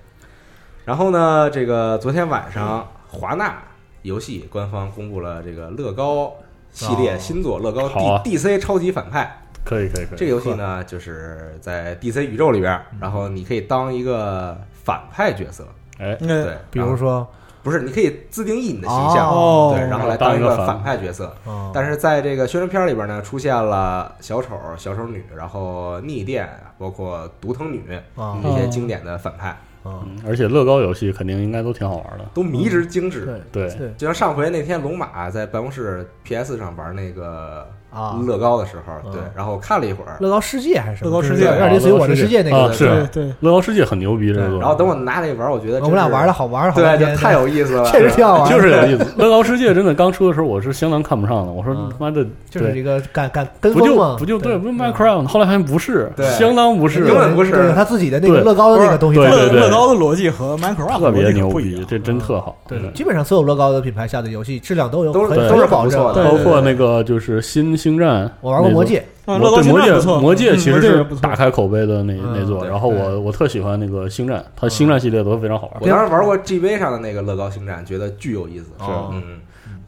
然后呢，这个昨天晚上华纳游戏官方公布了这个乐高系列新作《乐高 D、
好啊
DC 超级反派
可以可以可》以，
这个游戏呢，就是在 DC 宇宙里边，然后你可以当一个反派角色，
哎，
那
对，
比如
然后
说
不是，你可以自定义你的形象，
哦
对，然后来
当
当
一
一
个
个
反
反派角色。
哦
嗯但是在这个宣传片里边呢，出现了小丑、小丑女，然后逆电，包括独藤女
啊
这些经典的反派，
啊，
嗯而且乐高游戏肯定应该都挺好玩的，
都迷之精致。
嗯对
对，
对
就像上回那天龙马在办公室 PS 上玩那个
啊，
乐高的时候，
嗯
对，然后我看了一会儿，
乐高世界还是什么
乐高世
就是
界
有点类似于我的世界那
啊
个，
是
对对，
乐高世界很牛逼，这个，
然后等我拿那玩，我觉得
我们俩
真是
玩了，好玩了好半
对，
天，
就太有意思了，
确实挺好 玩的，
就是有意思。乐高世界真的刚出的时候，我是相当看不上的。我说
嗯
他妈的，
就是
对
这个敢敢跟
不
风嘛，
就不就对，不是
嗯
Minecraft。后来发现不是
对，
相当不
对
是，
永远不是
对他自己的那个
对
乐高的那个东西
对
在里
对
面，
乐乐高的逻辑和 Minecraft
特
的逻
别
辑可
牛
不一
逼，
样，
这真特好。
对，基本上所有乐高的品牌下的游戏质量都有
都是
很
都是很
很有保
不错
证。
的
对
包括那个就是新星战，
我玩过
那
魔
座
戒，
嗯，
魔
乐
对
高现
魔
在
戒
不错，，
魔戒
嗯
其实
也
是
不错
打开口碑的那那
嗯
座。
对
然后我我特喜欢那个星战，它星战系列都非常好玩
我，当时玩过 GB 上的那个乐高星战，觉得巨有意思，
哦
嗯，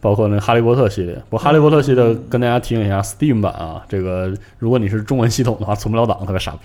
包括那个哈利波特系列。不过哈利波特系列跟大家提醒一下，Steam 版啊，这个如果你是中文系统的话，存不了档，特别傻逼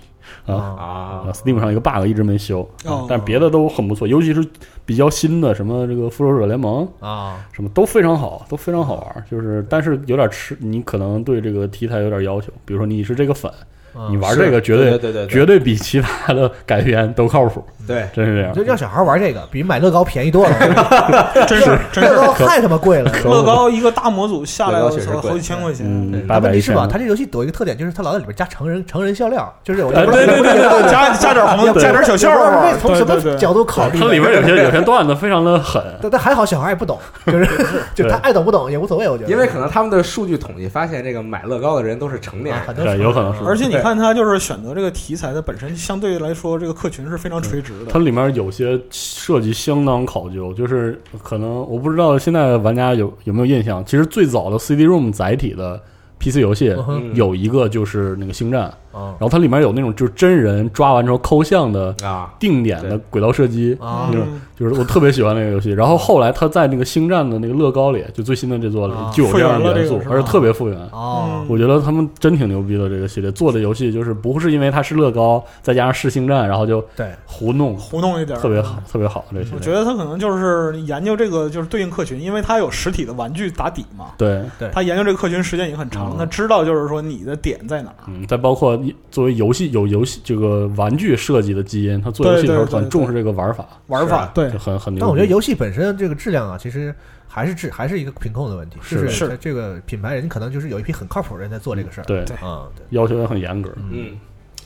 啊，
啊。
啊
啊，，Steam 上一个 bug 一直没修，
哦
但别的都很不错，尤其是比较新的什么这个复仇者联盟
啊，
什么都非常好，都非常好玩。就是但是有点吃，你可能对这个题材有点要求，比如说你是这个粉，
嗯
你玩
啊是
这个绝
对对对对
绝对比其他的改编都靠谱，
对，
真是这样
就。让小孩玩这个，比买乐高便宜多了。
真 是真是
乐高太他妈贵了。啊
乐高一个大模组下来，
乐
我
高确实
操，
贵
好几千块钱。
嗯，八
它问
百
题
一
是
千，
吧？它这游戏有一个特点，就是它老在里边加成人成人笑料，就是我
哎对对对对对
加加点黄，
对
加点小笑话
这
啊
吧。
从什
对
么
对
角
对，
度考虑？
它里边有些有些段子非常的狠，
但但还好，小孩也不懂，就是就他爱懂不懂也无所谓，我觉得。
因为可能他们的数据统计发现，这个买乐高的人都是成年
啊
人，
很多时候
对有可能是
而且你看，它就是选择这个题材的本身，相对来说，这个客群是非常垂直的
它。里面有些设计相当考究，就是可能我不知道现在玩家有有没有印象，其实最早的 CD-ROM 载体的 PC 游戏
嗯哼
有一个就是那个《星战》，
啊
然后它里面有那种就是真人抓完之后抠像的
啊，
定点的
对
轨道射击，
嗯
啊
那种就是我特别喜欢那个游戏。然后后来它在那个星战的那个乐高里，就最新的这座里
啊
就有这样
复原了
的元
这
素
个是，吧嗯
而且特别复原。
哦，
我觉得他们真挺牛逼的，这个系列做的游戏就是不是因为它是乐高，再加上是星战，然后就
对，
胡弄，
糊弄一点儿，
特别好，特别好这系
我觉
列。
得他可能就是研究这个，就是对应客群，因为他有实体的玩具打底嘛。
对，
对
他研究这个客群时间也很长了，
嗯
他知道就是说你的点在哪儿。
嗯，再包括一作为游戏有游戏这个玩具设计的基因，他做游戏的时候
对对对
很重视这个玩法，
玩
是
法
啊
对
就，很很牛逼。
但我觉得游戏本身的这个质量啊，其实还是质还是一个品控的问题，
是
就是它这个品牌人可能就是有一批很靠谱的人在做这个事儿，
对
啊，对，
要求也很严格。
嗯。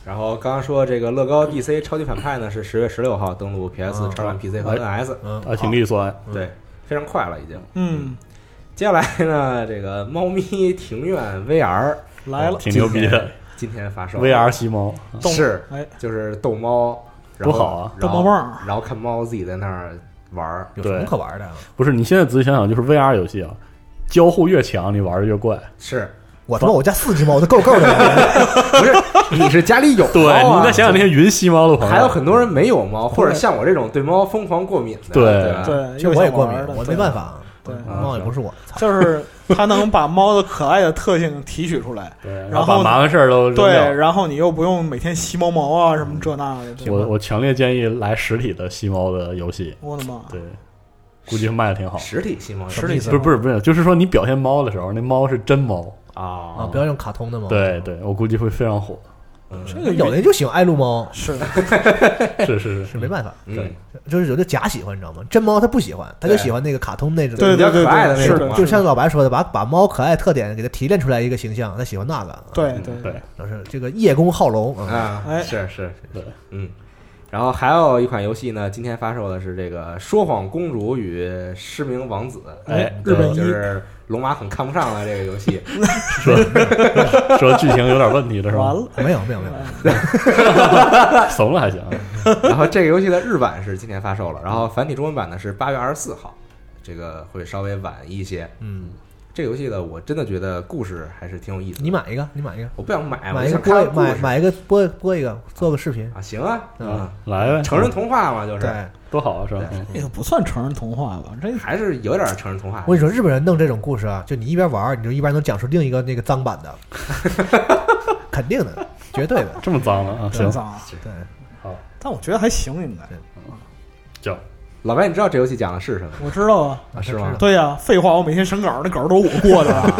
然后刚刚说这个乐高 DC 超级反派呢，是十月十六号登陆 PS、
啊
超软 PC 和
哎
NS，
嗯，
啊，挺利索哎，
嗯
对，非常快了已经。
嗯，
接下来呢， 这个猫咪庭院 VR
来了，
哦挺牛逼的
今天发售
，VR 吸猫，
动
是
哎，
就是逗猫，然后
多好啊
然
逗
后
猫棒
然后看猫自己在那儿玩儿，
有什么可玩的啊？
不是你现在仔细想想，就是 VR 游戏啊，交互越强，你玩的越怪。
是
我他妈我家四只猫，我都够够的了，
不是？ 你是家里有猫、啊，
对，你再想想那些云吸猫的朋友，
还有很多人没有猫，或者像我这种对猫疯狂过敏的，
对，
对吧
对，
啊其实我也过敏
又想玩，了
我没办，法，
对对
猫也不是我，操
对就是他能把猫的可爱的特性提取出来
对，然
然
后
后
把麻烦事儿都扔
对，
掉。
然后你又不用每天吸毛毛啊什么这那的，对吧
我我强烈建议来实体的吸猫的游戏，
我的妈，
对，估计卖的挺好。
实体吸猫
实体
不是不是不是，就是说你表现猫的时候，那猫是真猫。
啊，
啊
不要用卡通的猫，
对，对，我估计会非常火。
这个
有的人就喜欢爱撸猫，
是
是是
是没办法，
嗯，
就是有的假喜欢，你知道吗？真猫它不喜欢，它就
对
喜欢那个卡通那种，
对
比较可爱的那
是
种
的
嘛，
就像老白说的，把把猫可爱特点给它提炼出来一个形象，它喜欢那个，啊，
对
嗯
对，
对
就是这个叶公好龙啊，
啊，
哎
是是
对，
嗯。然后还有一款游戏呢，今天发售的是这个《说谎公主与失明王子》，
哎
对
日本一
就是龙马很看不上的这个游 戏，
说说剧情有点问题了是吧
完？了，
没有没有没有，
怂了还行，
然后这个游戏的日版是今天发售了，然后繁体中文版呢是八月二十四号，这个会稍微晚一些。
嗯，
这个游戏呢，我真的觉得故事还是挺有意思的。
你买一个，你买一个，
我不想买，哎我
买
就
一个
想看
播
看
一
故
买
事
买一个播播一个，做个视频，
啊，行啊，
嗯
来呗，
成人童话嘛，就是
对。
多好啊，是吧？嗯
这个不算成人童话吧？这
还是有点成人童话。
我跟你说，日本人弄这种故事啊，就你一边玩儿，你就一边能讲出另一个那个脏版的，肯定的，绝对 的。
这么脏了啊？行
真，脏，
对，
但我觉得还行，应该
叫
老白，你知道这游戏讲的是什么
我知道啊。
啊？是吗？
对呀、废话，我每天审稿，那稿都是我过的。啊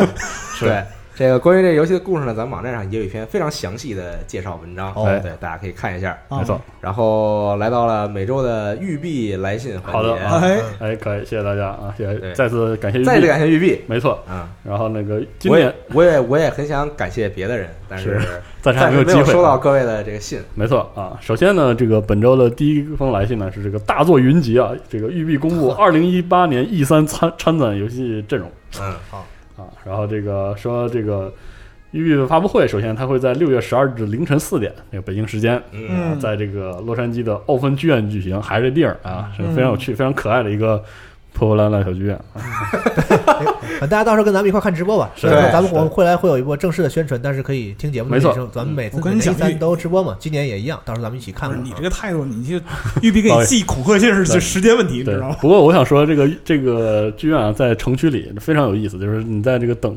对，这个关于这个游戏的故事呢，咱们网站上也有一篇非常详细的介绍文章，
哦
对，大家可以看一下。
啊
没错。
然后来到了每周的玉币来信环
好的
节，
啊
哎，
哎，可以，谢谢大家啊，谢
对
谢，再次感谢玉
再次
碧，
感谢玉 币
没错。
啊。
然后那个今
我
年
也我也我也很想感谢别的人，但是
是暂时还
暂
没
时
机
没
会啊
有收到各位的这个信。
没错啊，首先呢，这个本周的第一封来信呢是这个大作云集啊，这个育碧公 布二零一八年 E 三参参展游戏阵容
嗯，
啊，然后这个说这个育碧的发布会，首先它会在六月十二日凌晨四点，那个北京时间，
嗯
啊在这个洛杉矶的奥芬剧院举行，还是这地儿啊，是非常有
嗯
趣、非常可爱的一个破破烂烂小剧院啊，
反正大家到时候跟咱们一块儿看直播吧。
是
到时候
对
咱们我们会来会有一波正式的宣传，但是可以听节目的
没错
内容咱们每次
我跟你
每
讲
一
玉
三都直播嘛，今年也一样，到时候咱们一起看
不是
看。
哎
啊
你这个态度，你就玉碧给你寄恐吓信是
对
时间问题，你
对
知道吗？，
不过我想说，这个这个剧院啊，在城区里非常有意思，就是你在这个等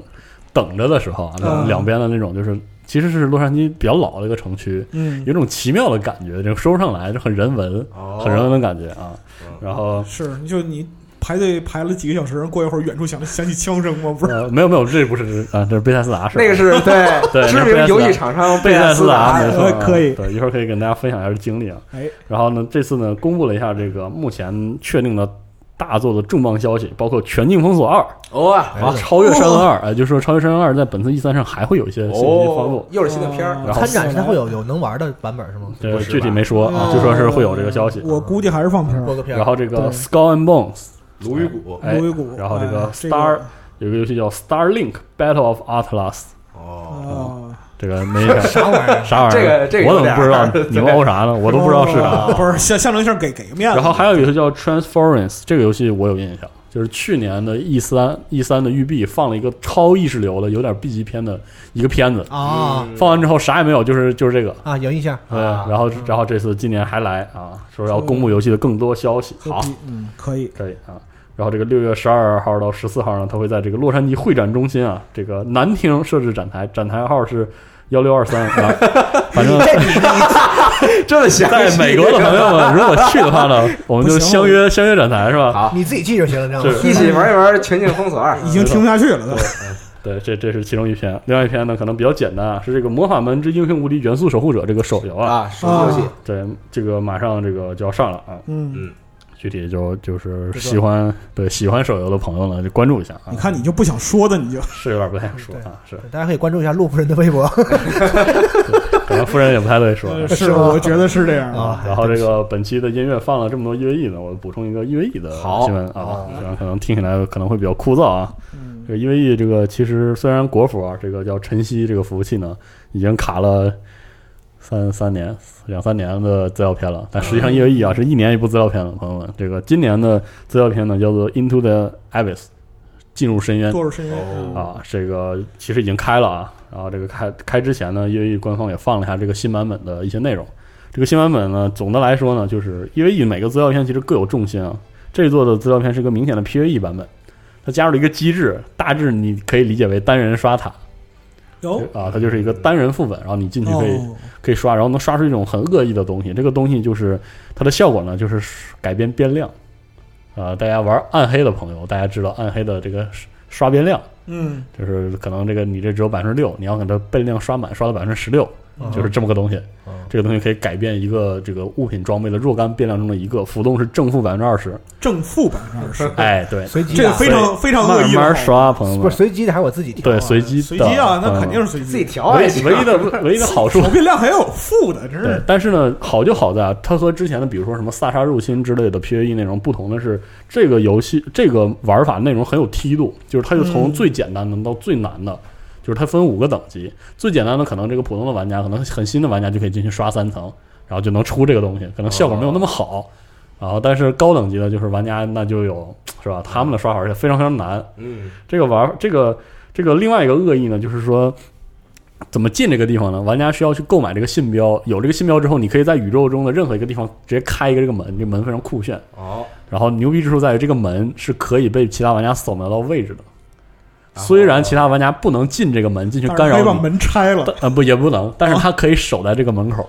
等着的时候啊，两
嗯
两边的那种就是其实是洛杉矶比较老的一个城区，
嗯，
有种奇妙的感觉，这种说不上来，就很人文，
哦，
很人文的感觉啊。
嗯
然后
是，就你排队排了几个小时，过一会儿远处响响起枪声吗？不是，
呃，没有没有，这不是啊，这是贝塞斯达是吧
那个是对
对
知名
那是贝塞斯达
游戏厂商
贝
塞
斯达，没错
哎
啊，
可以
对，一会儿可以跟大家分享一下这经历啊。
哎，
然后呢，这次呢，公布了一下这个目前确定的大作的重磅消息，包括《全境封锁二》。
哇，
啊，超越《山河二》哎，就是说《超越山河二》在本次 E 三上还会有一些信息发布
哦，，又是新的片儿
哦，
然后
参展是它会有有能玩的版本是吗？
这个
不是吧哦
具体没说啊，就说是会有这个消息。
我估计还是放片
播
儿。
个片儿，
然后这
对
个 Skull and Bones
鲈鱼谷
哎
芦苇谷
然后这个
哎
Star
这
有一个游戏叫 Starlink Battle of Atlas，
哦，
哦，
这个没 啥
啥玩 意儿？
啥玩意儿，
这个这个
我
有
怎
点
么不知道
儿？哦
你们欧啥 呢？我都不知道是啥。啊
哦不是象象征性给给个面子。
然后还有一个叫 Transference，这个游戏我有印象，就是去年的 E 三 E 三的育碧放了一个超意识流的，有点 B 级片的一个片
哦
子，
啊
放完之后啥也没有，就是就是这个。
啊，赢一下，
对，然后然后这次今年还来啊，说要公布游戏的更多消息。好，，
嗯，可以，
可以啊。然后这个六月十二号到十四号呢，它会在这个洛杉矶会展中心啊，这个南厅设置展台，展台号是幺六二三啊。反正
这么详
在
细
美国的朋友们，如果去的话呢，我们就
不行
相约相约展台是吧？
好
你自己记就行了，知道吗？
是
一起玩一玩《全境封锁二》，
已经听不下去了，
对，这这是其中一篇，另外一篇呢可能比较简单啊，是这个《魔法门之英雄无敌元素守护者》这个手游
啊，
啊，
手机游戏
啊
对，这个马上这个就要上了啊，
嗯，
具体就就是喜欢对喜欢手游的朋友呢就关注一下啊，
你看你就不想说的，你就是
有点不太想说啊，是，
大家可以关注一下陆夫人的微博
可能夫人也不太乐意说啊。
是吗
我觉得是这样 的。
啊。
然后这个本期的音乐放了这么多 EVE 呢，我补充一个 EVE 的
好
新闻啊，这样可能听起来可能会比较枯燥啊。
嗯
这个 EVE 这个其实虽然国服啊，这个叫晨曦这个服务器呢，已经卡了三三年、两三年的资料片了，但实际上 EVE 啊是一年一部资料片的，朋友们。这个今年的资料片呢叫做 Into the Abyss，进入深渊
堕入深渊
哦
啊，这个其实已经开了啊。然后这个开开之前呢，EVE 官方也放了一下这个新版本的一些内容。这个新版本呢，总的来说呢，就是 EVE 每个资料片其实各有重心啊。这一座的资料片是一个明显的 PVE 版本，它加入了一个机制，大致你可以理解为单人刷塔
哟
啊，它就是一个单人副本，然后你进去可以
嗯哦，
可以刷，然后能刷出一种很恶意的东西。这个东西就是它的效果呢，就是改变变量。呃，大家玩暗黑的朋友，大家知道暗黑的这个刷变量。
嗯，
就是可能这个你这只有百分之六，你要给它倍量刷满，刷到百分之十六，就是这么个东西。这个东西可以改变一个这个物品装备的若干变量中的一个，浮动是正负百分之二十。
正负百分之二十，
哎，对，
随机
这个
的，
非常非常恶
慢
意的
慢刷，朋友
不
们
是，随机的，还是我自己调啊。
对，随机嗯的，
随机啊，那肯定
是。
是随机。
自己调啊
唯
也
一唯一的唯一的 好处
投变量还有负的，真
对
是，
但是呢，好就好在啊，它和之前的比如说什么萨沙入侵之类的 PVE 内容不同的是，这个游戏这个玩法内容很有梯度，就是它就从
嗯
最简单的到最难的，就是它分五个等级，最简单的可能这个普通的玩家，可能很新的玩家就可以进去刷三层，然后就能出这个东西，可能效果没有那么好。然后，但是高等级的，就是玩家那就有是吧？他们的刷法而且非常非常难，
嗯，
这个玩这个这个另外一个恶意呢，就是说怎么进这个地方呢？玩家需要去购买这个信标，有这个信标之后，你可以在宇宙中的任何一个地方直接开一个这个门，这个门非常酷炫。
哦，
然后牛逼之处在于，这个门是可以被其他玩家扫描到位置的，
然后
虽然其他玩家不能进这个门进去
但
干
是
扰
啊可以把
你。
门拆了
但呃不也不能，但是他可以守在这个门口，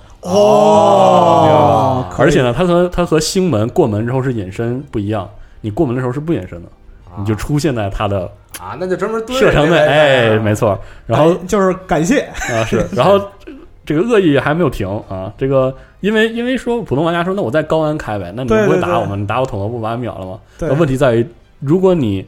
哦， 可以
而且呢，它和它和星门过门之后是隐身不一样，你过门的时候是不隐身的，
啊
你就出现在他的
啊，那就专门蹲
射程内，哎，没
错，
错。然后
哎就是感谢，
啊，是，然后这个恶意还没有停啊，这个因为因为说普通玩家说，那我在高安开呗，那你
对
不会
对
打
对
我们，你打我捅刀不把我秒了吗？
对
那问题在于，如果你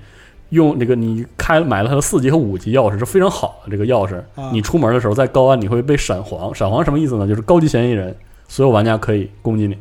用这个你开买了它的四级和五级钥匙是非常好的这个钥匙
啊，
你出门的时候在高安你会被闪黄，闪黄什么意思呢？就是高级嫌疑人，所有玩家可以攻击你，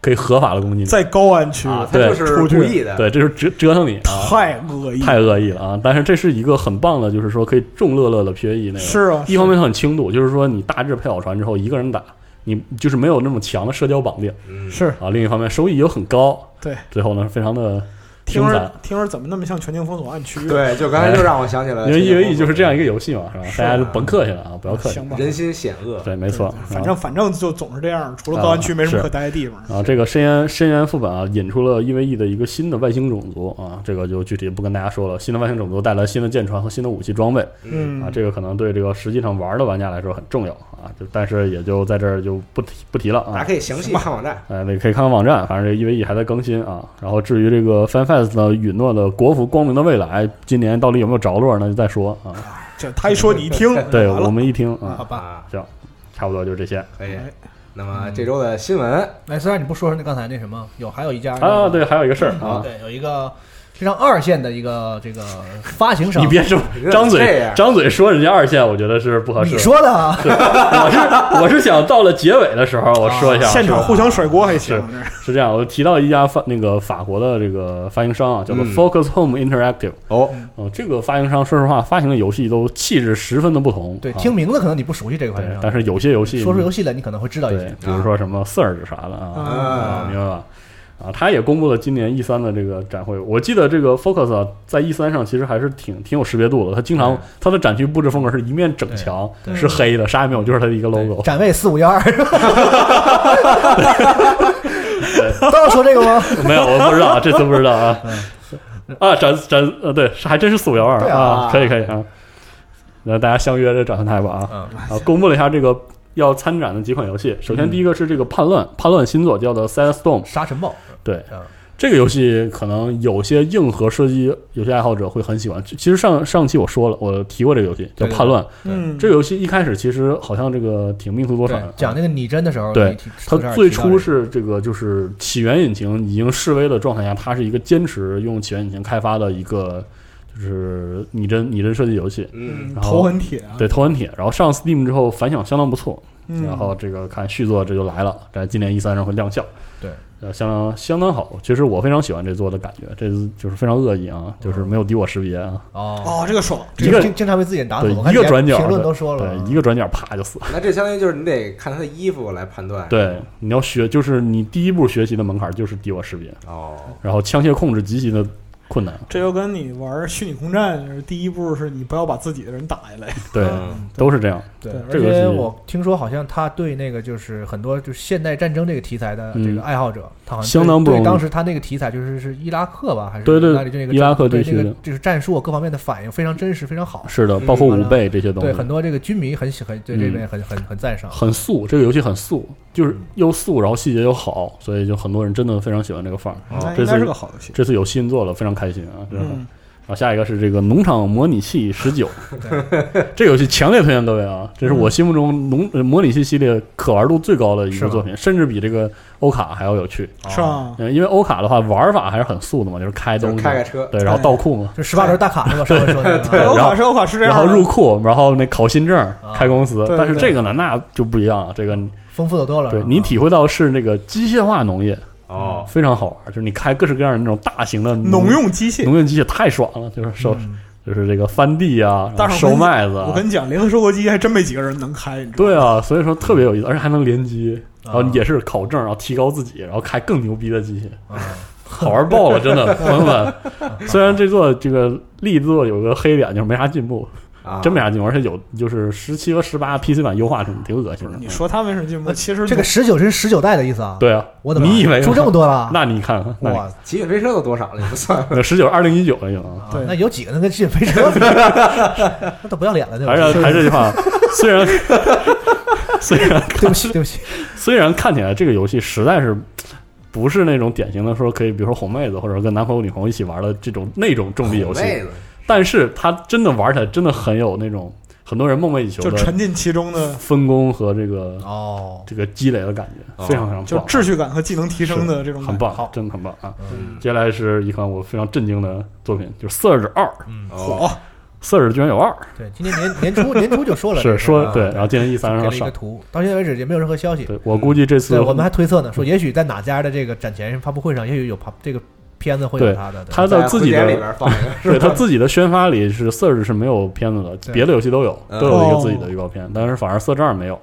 可以合法的攻击你，
在高安区
啊，他
对
就是故意的，
对，这就是折折腾你啊。
太恶意，
太恶意了啊！但是这是一个很棒的，就是说可以众乐乐的 PVE 内容。
是啊，
一方面它很轻度，就是说你大致配好船之后一个人打，你就是没有那么强的社交绑定
嗯，
是
啊。另一方面收益又很高，
对，
最后呢非常的
听
精彩
着，听着怎么那么像全境封锁暗区？，啊
对，就刚才就让我想起
呃
来，
哎因为 EVE
全
就是这样一个
游
游戏嘛，是吧？
是
大家就
啊
甭客气了啊，不要客气
行。吧，
人心险恶，
对，没错，
反
啊
正反正就总是这样，除了高安区没什
是
么可待的地方。
啊，这个深渊深渊副本啊，引出了 EVE 的一个新的外星种族啊，这个就具体不跟大家说了。新的外星种族带来新的舰船和新的武器装备
嗯
啊，这个可能对这个实际上玩的玩家来说很重要啊，就但是也就在这儿就不提不提了
大
啊
家。可以详细看网站，
呃，那可以看看网站，反正这 EVE 还在更新啊。然后至于这个 FanFest 呢，允诺的国服光明的未来，今年到底有没有着落呢？就再说啊。
这他一说你一听，
对
完
我
了，
们一听
好
啊，
吧，
啊，
行，差不多就是这些
可以
哎。
那么这周的新闻
嗯
来，哎虽然你不说说那刚才那什么，有还有一家
啊。对，，还有一个事儿啊，
对，有一个非常二线的一个这个发行商，
你别这么
你这
张
这
嘴
样
张嘴说人家二线，我觉得是不合适
你
的。
说的啊，
对我是我是想到了结尾的时候我说一下，
啊现场
啊是
互相甩锅还行，
是这样，我提到一家发那个法国的这个发行商啊，叫做
嗯
Focus Home Interactive。
哦，
哦，这个发行商说实话发行的游戏都气质十分的不同。
对，
啊
听名字可能你不熟悉这个发行
对
商，，
但是有些游戏
说出游戏来，你可能会知道一
对
些。，
比如说什么 Surge 啥的啊，
啊
啊明白吧？啊，啊，他也公布了今年 E 三的这个展会。我记得这个 Focus 啊，在 E 三上其实还是挺挺有识别度的。它经常
对
它的展区布置风格是一面整墙
对
是黑的，啥也没有，就是它的一个 logo。
展位四五 幺二，都要说这个吗？
没有，我不知道， 啊，这次不知道啊。
嗯
啊，展展呃，对，是还真是四五幺二
对啊
啊，可以可以 啊。那大家相约这展示台吧 啊。
嗯，
啊，公布了一下这个要参展的几款游戏。首先第一个是这个《叛乱》，《叛乱》新作叫做《Sandstorm》。
沙尘暴，
对
嗯，
这个游戏可能有些硬核射击游戏爱好者会很喜欢。其实上上期我说了，我提过这个游戏
对
叫《
对
叛乱》。
嗯，
这个游戏一开始其实好像这个挺命途多舛
对
的，，
讲那个拟真的时候，
对
你提，
它
出这儿
最
提到这
初
个
是这个就是起源引擎已经示威的状态下，它是一个坚持用起源引擎开发的一个就是拟真拟真射击游戏，
嗯，
然后
头很铁啊，
对头文铁。然后上 Steam 之后反响相当不错，
嗯
然后这个看续作这就来了，在今年一三上会亮相。
对，
呃，相当相当好。其实我非常喜欢这作的感觉，这就是非常恶意啊，就是没有敌我识别啊，
哦，
哦，这个爽，
经
一个
经经常被自己人打死，
对
我看
一个
人家
转角
评论
的
都说了，
对，一个转角啪就死了。
那这相当于就是你得看他的衣服来判断。，
对，你要学，就是你第一步学习的门槛就是敌我识别，
哦，
然后枪械控制极其的困难。
这就跟你玩虚拟空战，就是第一步是你不要把自己的人打下来，
对，
嗯
都是这样。
对
对，
而
这个
且
是
我听说好像他对那个就是很多就是现代战争这个题材的这个
嗯
爱好者，他好像
相当不
对
容易
当时他那个题材就是是伊拉克吧，还是
对对
哪里就那个
伊拉克
对
地
那
区
个
的
就是战术各方面的反应非常真实，非常好。
是的，嗯
嗯
包括
完
武
了
备这些东西，
对很多这个军迷很喜很对这边很很很赞赏，
很素。这个游戏很素，就是又素，然后细节又好，所以就很多人真的非常喜欢这个范儿。
那
哦这
应该
次
是个好游戏。
这次有新作了，非常开心啊！真的。
嗯，
然后下一个是这个农场模拟器十九
对，
这个游戏强烈推荐各位啊！这是
嗯
我心目中农、呃模拟器系列可玩度最高的一
是
个
吗
作品，甚至比这个欧卡还要有趣。
是吧？
嗯，因为欧卡的话玩法还是很素的嘛，就是开
就
东
是
西，
开开车，
对，然后倒库嘛，
就十八轮大卡是吧？上回说啊那个
对
欧
然
卡
后
是欧卡是这
然
样的，
后入库，然后那考新证，开公司。
啊对对啊
但是这个呢，那就不一样了，这个你
丰富的多了。啊嗯
对
是吧
你体会到是那个机械化农业
哦，
非常好玩，就是你开各式各样的那种大型的
嗯农用机械。
农用机械太爽了，就是手
嗯
就是这个翻地啊，
大
然后收麦子啊，
我跟你讲，联合收割机还真没几个人能开，你知道吗？
对啊，所以说特别有意思，而且还能联机，然后
啊
哦也是考证，然后提高自己，然后开更牛逼 的机器，
啊
好玩爆了，真的，朋友们。虽然这座这个力作有个黑点，就是没啥进步，
啊，
嗯真没啥进步，而且有就是十七和十八 PC 版优化什么挺恶心的。
啊
你说他为什么进步？其实
呃这个十九是十九代的意思啊？，
对啊，
我的妈
你以为呢
出这么多了？
那你看看，那你，
哇，
极品飞车都多少了？你不算
那十九二零一九了已经啊。
啊
对
那有几个能跟极品飞车 比？那都不要脸了，对
哎
吧？
还是还是这句 话，虽然虽然
对不起，对不起，
虽然看起来这个游戏实在是不是那种典型的说可以，比如说哄妹子或者跟男朋友、女朋友一起玩的这种那种重力游戏，
妹子，
但是它真的玩起来真的很有那种很多人梦寐以求
就
的
沉浸其中的，
分工和这个
哦，
这个积累的感觉，
哦
非常非常
就
棒，
秩序感和技能提升的这种
很
感觉。
棒，真的很棒啊！
嗯，
接下来是一款我非常震惊的作品，就是《Surge 二》，
哦，
火，
《Surge》居然有二，
嗯对，今年年年初年初就说了这
是
个事儿
说
啊，
对，然后今年 E 三
给
上
了一个
上，
图，到现在为止也没有任何消息。
对我估计这次
对，我们还推测呢，说也许在哪家的这个展前发布会上，也许有啪这个片子会有
对
他的。对
他在自己
在
的
婚典里边放一个，
对他自己的宣发里是 Surge 是没有片子的，
对
别的游戏都有，
嗯
都有一个自己的预告片，但是反而 Surge 二没有。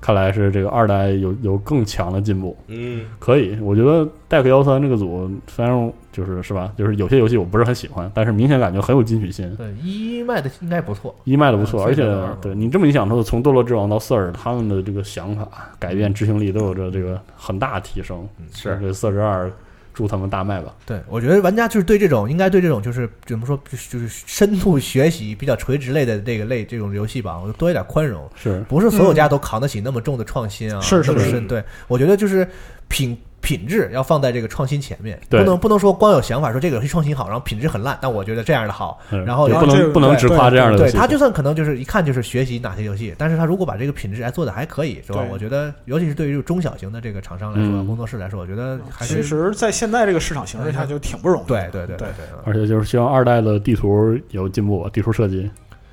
看来是这个二代有有更强的进步，
嗯，
可以，我觉得代克幺三这个组，虽然就是是吧，就是有些游戏我不是很喜欢，但是明显感觉很有进取心，
对一卖的应该不错，
一卖的不错，
嗯
而且
非常棒
对你这么一想，说从堕落之王到 Surge，他们的这个想法、改变、执行力都有着这个很大提升。
是，
这 Surge 二，祝他们大卖吧。
对我觉得玩家就是对这种应该对这种就是怎么说就是就是深度学习比较垂直类的这个类这种游戏吧，我就多一点宽容，
是
不是所有家都扛得起那么重的创新啊，
嗯是是
那么
是
深。对我觉得就是品品质要放在这个创新前面，
对
不能不能说光有想法说这个游戏创新好，然后品质很烂，但我觉得这样的好，
嗯
然后
也
要
不
这
能
个
不能只
对
夸这样的游
对
戏。
他就算可能就是一看就是学习哪些游戏，但是他如果把这个品质还做的还可以，是吧？
对
我觉得，尤其是对于中小型的这个厂商来说，
嗯
工作室来说，我觉得还
其
是
实，在现在这个市场形势下，就挺不容易。
对对对对。
对
而且就是希望二代的地图有进步，地图设计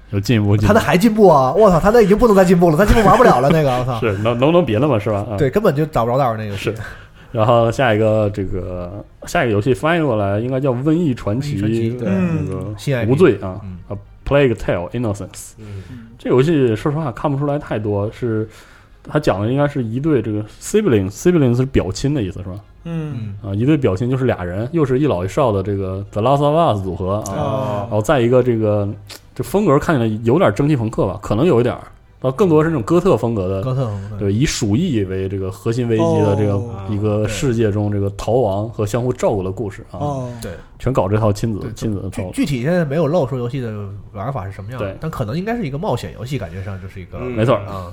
有进一步进
他
步
那。还进步啊！我操，他那已经不能再进步了，他进步玩不了了。那个，我操，
是能能不能别那么是吧？啊
对，根本就找不着道儿那个
是然后下一个这个下一个游戏翻译过来应该叫《瘟疫嗯传奇》，
瘟疫传奇对
那个
嗯新 IP
无罪啊
嗯
嗯啊，《Plague Tale: Innocence》
嗯
这游戏说实话看不出来太多，是他讲的应该是一对这个 sibling，sibling 是表亲的意思是吧？
嗯，
啊，一对表亲就是俩人，又是一老一少的这个 The Last of Us 组合
嗯
啊，然
哦，
后再一个这个这风格看起来有点蒸汽朋克吧，可能有一点儿，啊，更多是那种哥特风格的，
哥特风格，
对，以鼠疫为这个核心危机的这个
哦
一个
啊对
世界中这个逃亡和相互照顾的故事啊，
哦，
对
全搞这套亲子
对
亲子的套
具
路。
具体现在没有露出游戏的玩法是什么样的
对，
但可能应该是一个冒险游戏，感觉上就是一个
嗯
没错
啊，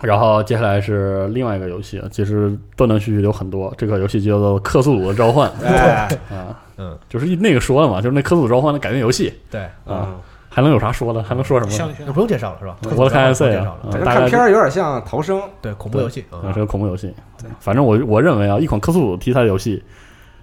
然后接下来是另外一个游戏，其实断断续续有很多。这款游戏叫做《克苏鲁的召唤
哎，》
啊，
嗯，
就是一那个说了嘛，就是那《克苏鲁召唤》的改编游戏，
对，
啊，
还能有啥说的？还能说什么
像
呢？
你
那不用介绍了是吧？
我的 KSA
不用介绍了
啊
这
对
大概
看片儿有点像逃生，
对，恐怖游戏啊
啊，是个恐怖游戏。反正我我认为啊，一款克苏鲁题材的游戏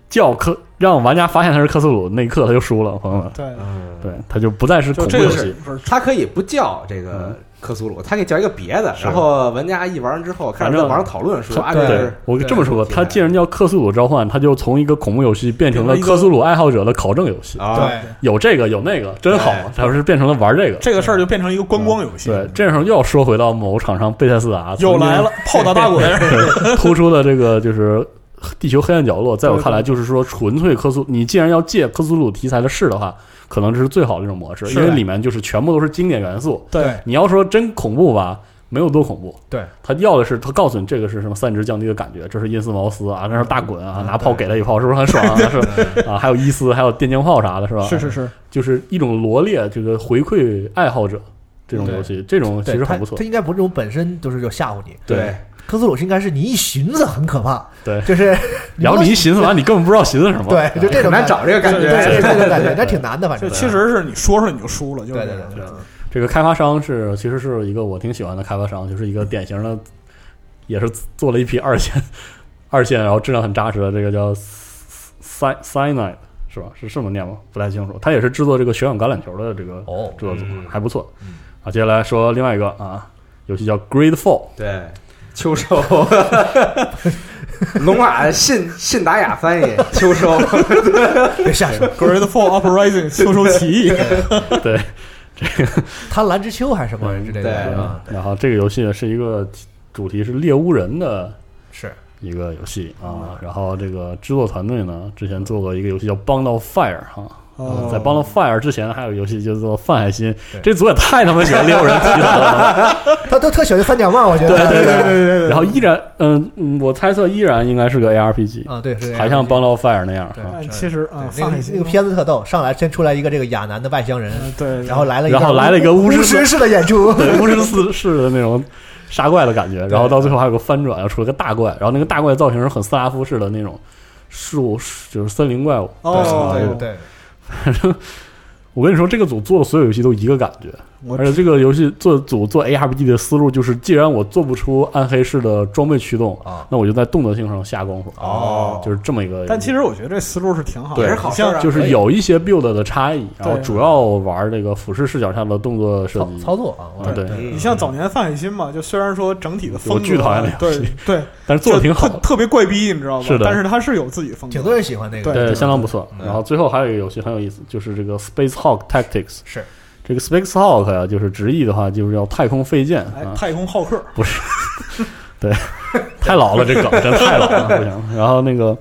叫克，让玩家发现它是克苏鲁那一刻他就输了，朋友们。
对，
嗯，
对，它就不再是
就
恐怖
这
游
个
戏
是，不是
它可以不叫这个克苏鲁，它可以叫一个别的，
嗯是
然后玩家一玩完之后，开
反
始
正
在网上讨论说啊，
对
这
对
是，
我这么说吧，
对
它既然叫克苏鲁召唤，它就从一个恐怖游戏变成了
变成一个
克苏鲁爱好者的考证游戏，
啊，哎
对，
有这个有那个，真好啊
对。
它是变成了玩这个，
这个事儿就变成一个观
嗯
光游戏，
对，这时候又要说回到某厂商贝塞斯达
又来 了，炮打大鬼，
对 突出的这个就是地球黑暗角落，在我看来就是说纯粹科苏，你既然要借科苏鲁题材的事的话，可能这是最好的一种模式，
是
因为里面就是全部都是经典元素。
对，
你要说真恐怖吧，没有多恐怖。
对，
他要的是他告诉你这个是什么散值降低的感觉，这是阴司茅斯啊，那是大滚啊，拿炮给他一炮，是不是很爽啊？是啊，还有伊斯，还有电浆炮啥的，是吧？
啊
是是是，
就是一种罗列，这个回馈爱好者这种游戏，这种其
对
实
它
很不错
它。应该不是这种本身就是就吓唬你，
对，
科斯鲁是应该是你一寻思很可怕，
对
就是
然后你一寻思完，你根本不知道寻思什 么。
对，就这
很
种
难
感觉
找这个感觉，
对，是这种 感觉，那挺难的，反
就
正
其实是你说说你就输了，就是
对对
这样
对对
嗯
这个开发商是其实是一个我挺喜欢的开发商，就是一个典型的，也是做了一批二线、二线，然后质量很扎实的这个叫 Cyan- Cyanide 是吧？是是这么念吗？不太清楚。他也是制作这个血氧橄榄球的这个
哦
制作组，
嗯
还不错。啊，接下来说另外一个啊，游戏叫 Great Fall，
对，秋收， 龙马信信达雅翻 译秋收，
别瞎说，
Great Fall Uprising 秋收起义，
嗯
对，
贪婪之秋还是什么之类
对
哎
的啊，
然后这个游戏是一个主题是猎巫人的
是
一个游戏
嗯
啊。然后这个制作团队呢，之前做过一个游戏叫《Bound of Fire》哈。
哦
在《Bound of Fire》之前还有个游戏叫做《范海辛》，
对
这组也太他妈喜欢猎物人题材了。
他都特喜欢三角帽，我觉得，
对对对。然后依然，嗯，嗯我猜测依然应该是个 ARPG，
啊，对，是
还像《Bound of Fire》那样
对
啊。
哎其实啊，
那
放
个
下心
那个片子特逗，上来先出来一个这个亚男的外乡人，
嗯对，
然后来了一个，
然后来了一个巫
巫
师
师式的演出，
对，巫师四世的那种杀怪的感觉，然后到最后还有个翻转，然后出了个大怪，然后那个大怪造型是很斯拉夫式的那种树，就是森林怪物。
哦，
对对对，
我跟你说，这个组做的所有游戏都一个感觉，
我
而且这个游戏做组做 ARPG 的思路就是，既然我做不出暗黑式的装备驱动
啊，
那我就在动作性上下功夫。
哦
就是这么一个。
但其实我觉得这思路是挺好的，
也是好事儿啊，
就是有一些 build 的差异，然后
对
主要玩这个俯视视角下的动作设
操
计。
操作啊，我
啊，对，
嗯
你像早年范海辛嘛，就虽然说整体的风
我
格，啊
巨讨厌那游戏
对对，
啊但是做的挺好
就特
的，
特别怪逼，你知道吧？
是的
但是他是有自己风格，
挺多人喜欢那个，
对，相当不错。
嗯
然后最后还有一个游戏很有意思，就是这个 Space Hawk Tactics。
是
这个 Space Hawk 呀、就是直译的话，就是叫太空飞剑
哎，
啊，
太空浩克，
太老了，这梗真太老了，不行。然后那个